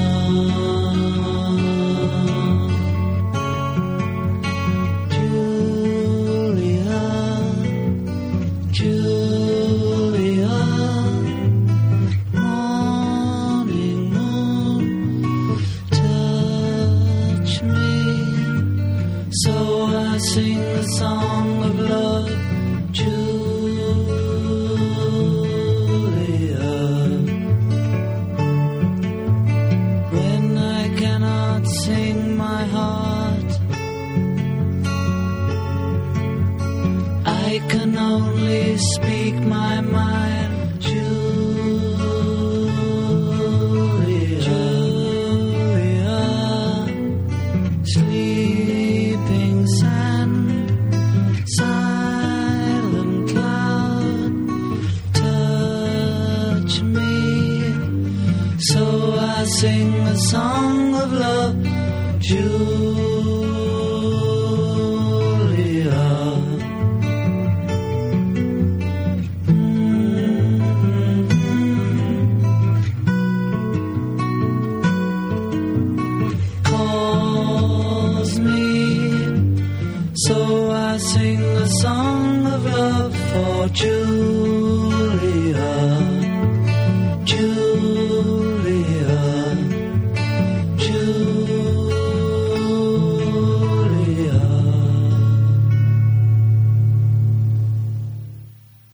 Speaker 5: Julia, Julia, morning moon touch me. So I sing the song of love, Julia. When I cannot sing my heart, I can only speak my mind. Julia, Julia, sleeping sand, silent cloud, touch me, so I sing a song of love, Julia. calls me. So I sing a song of love for Julia.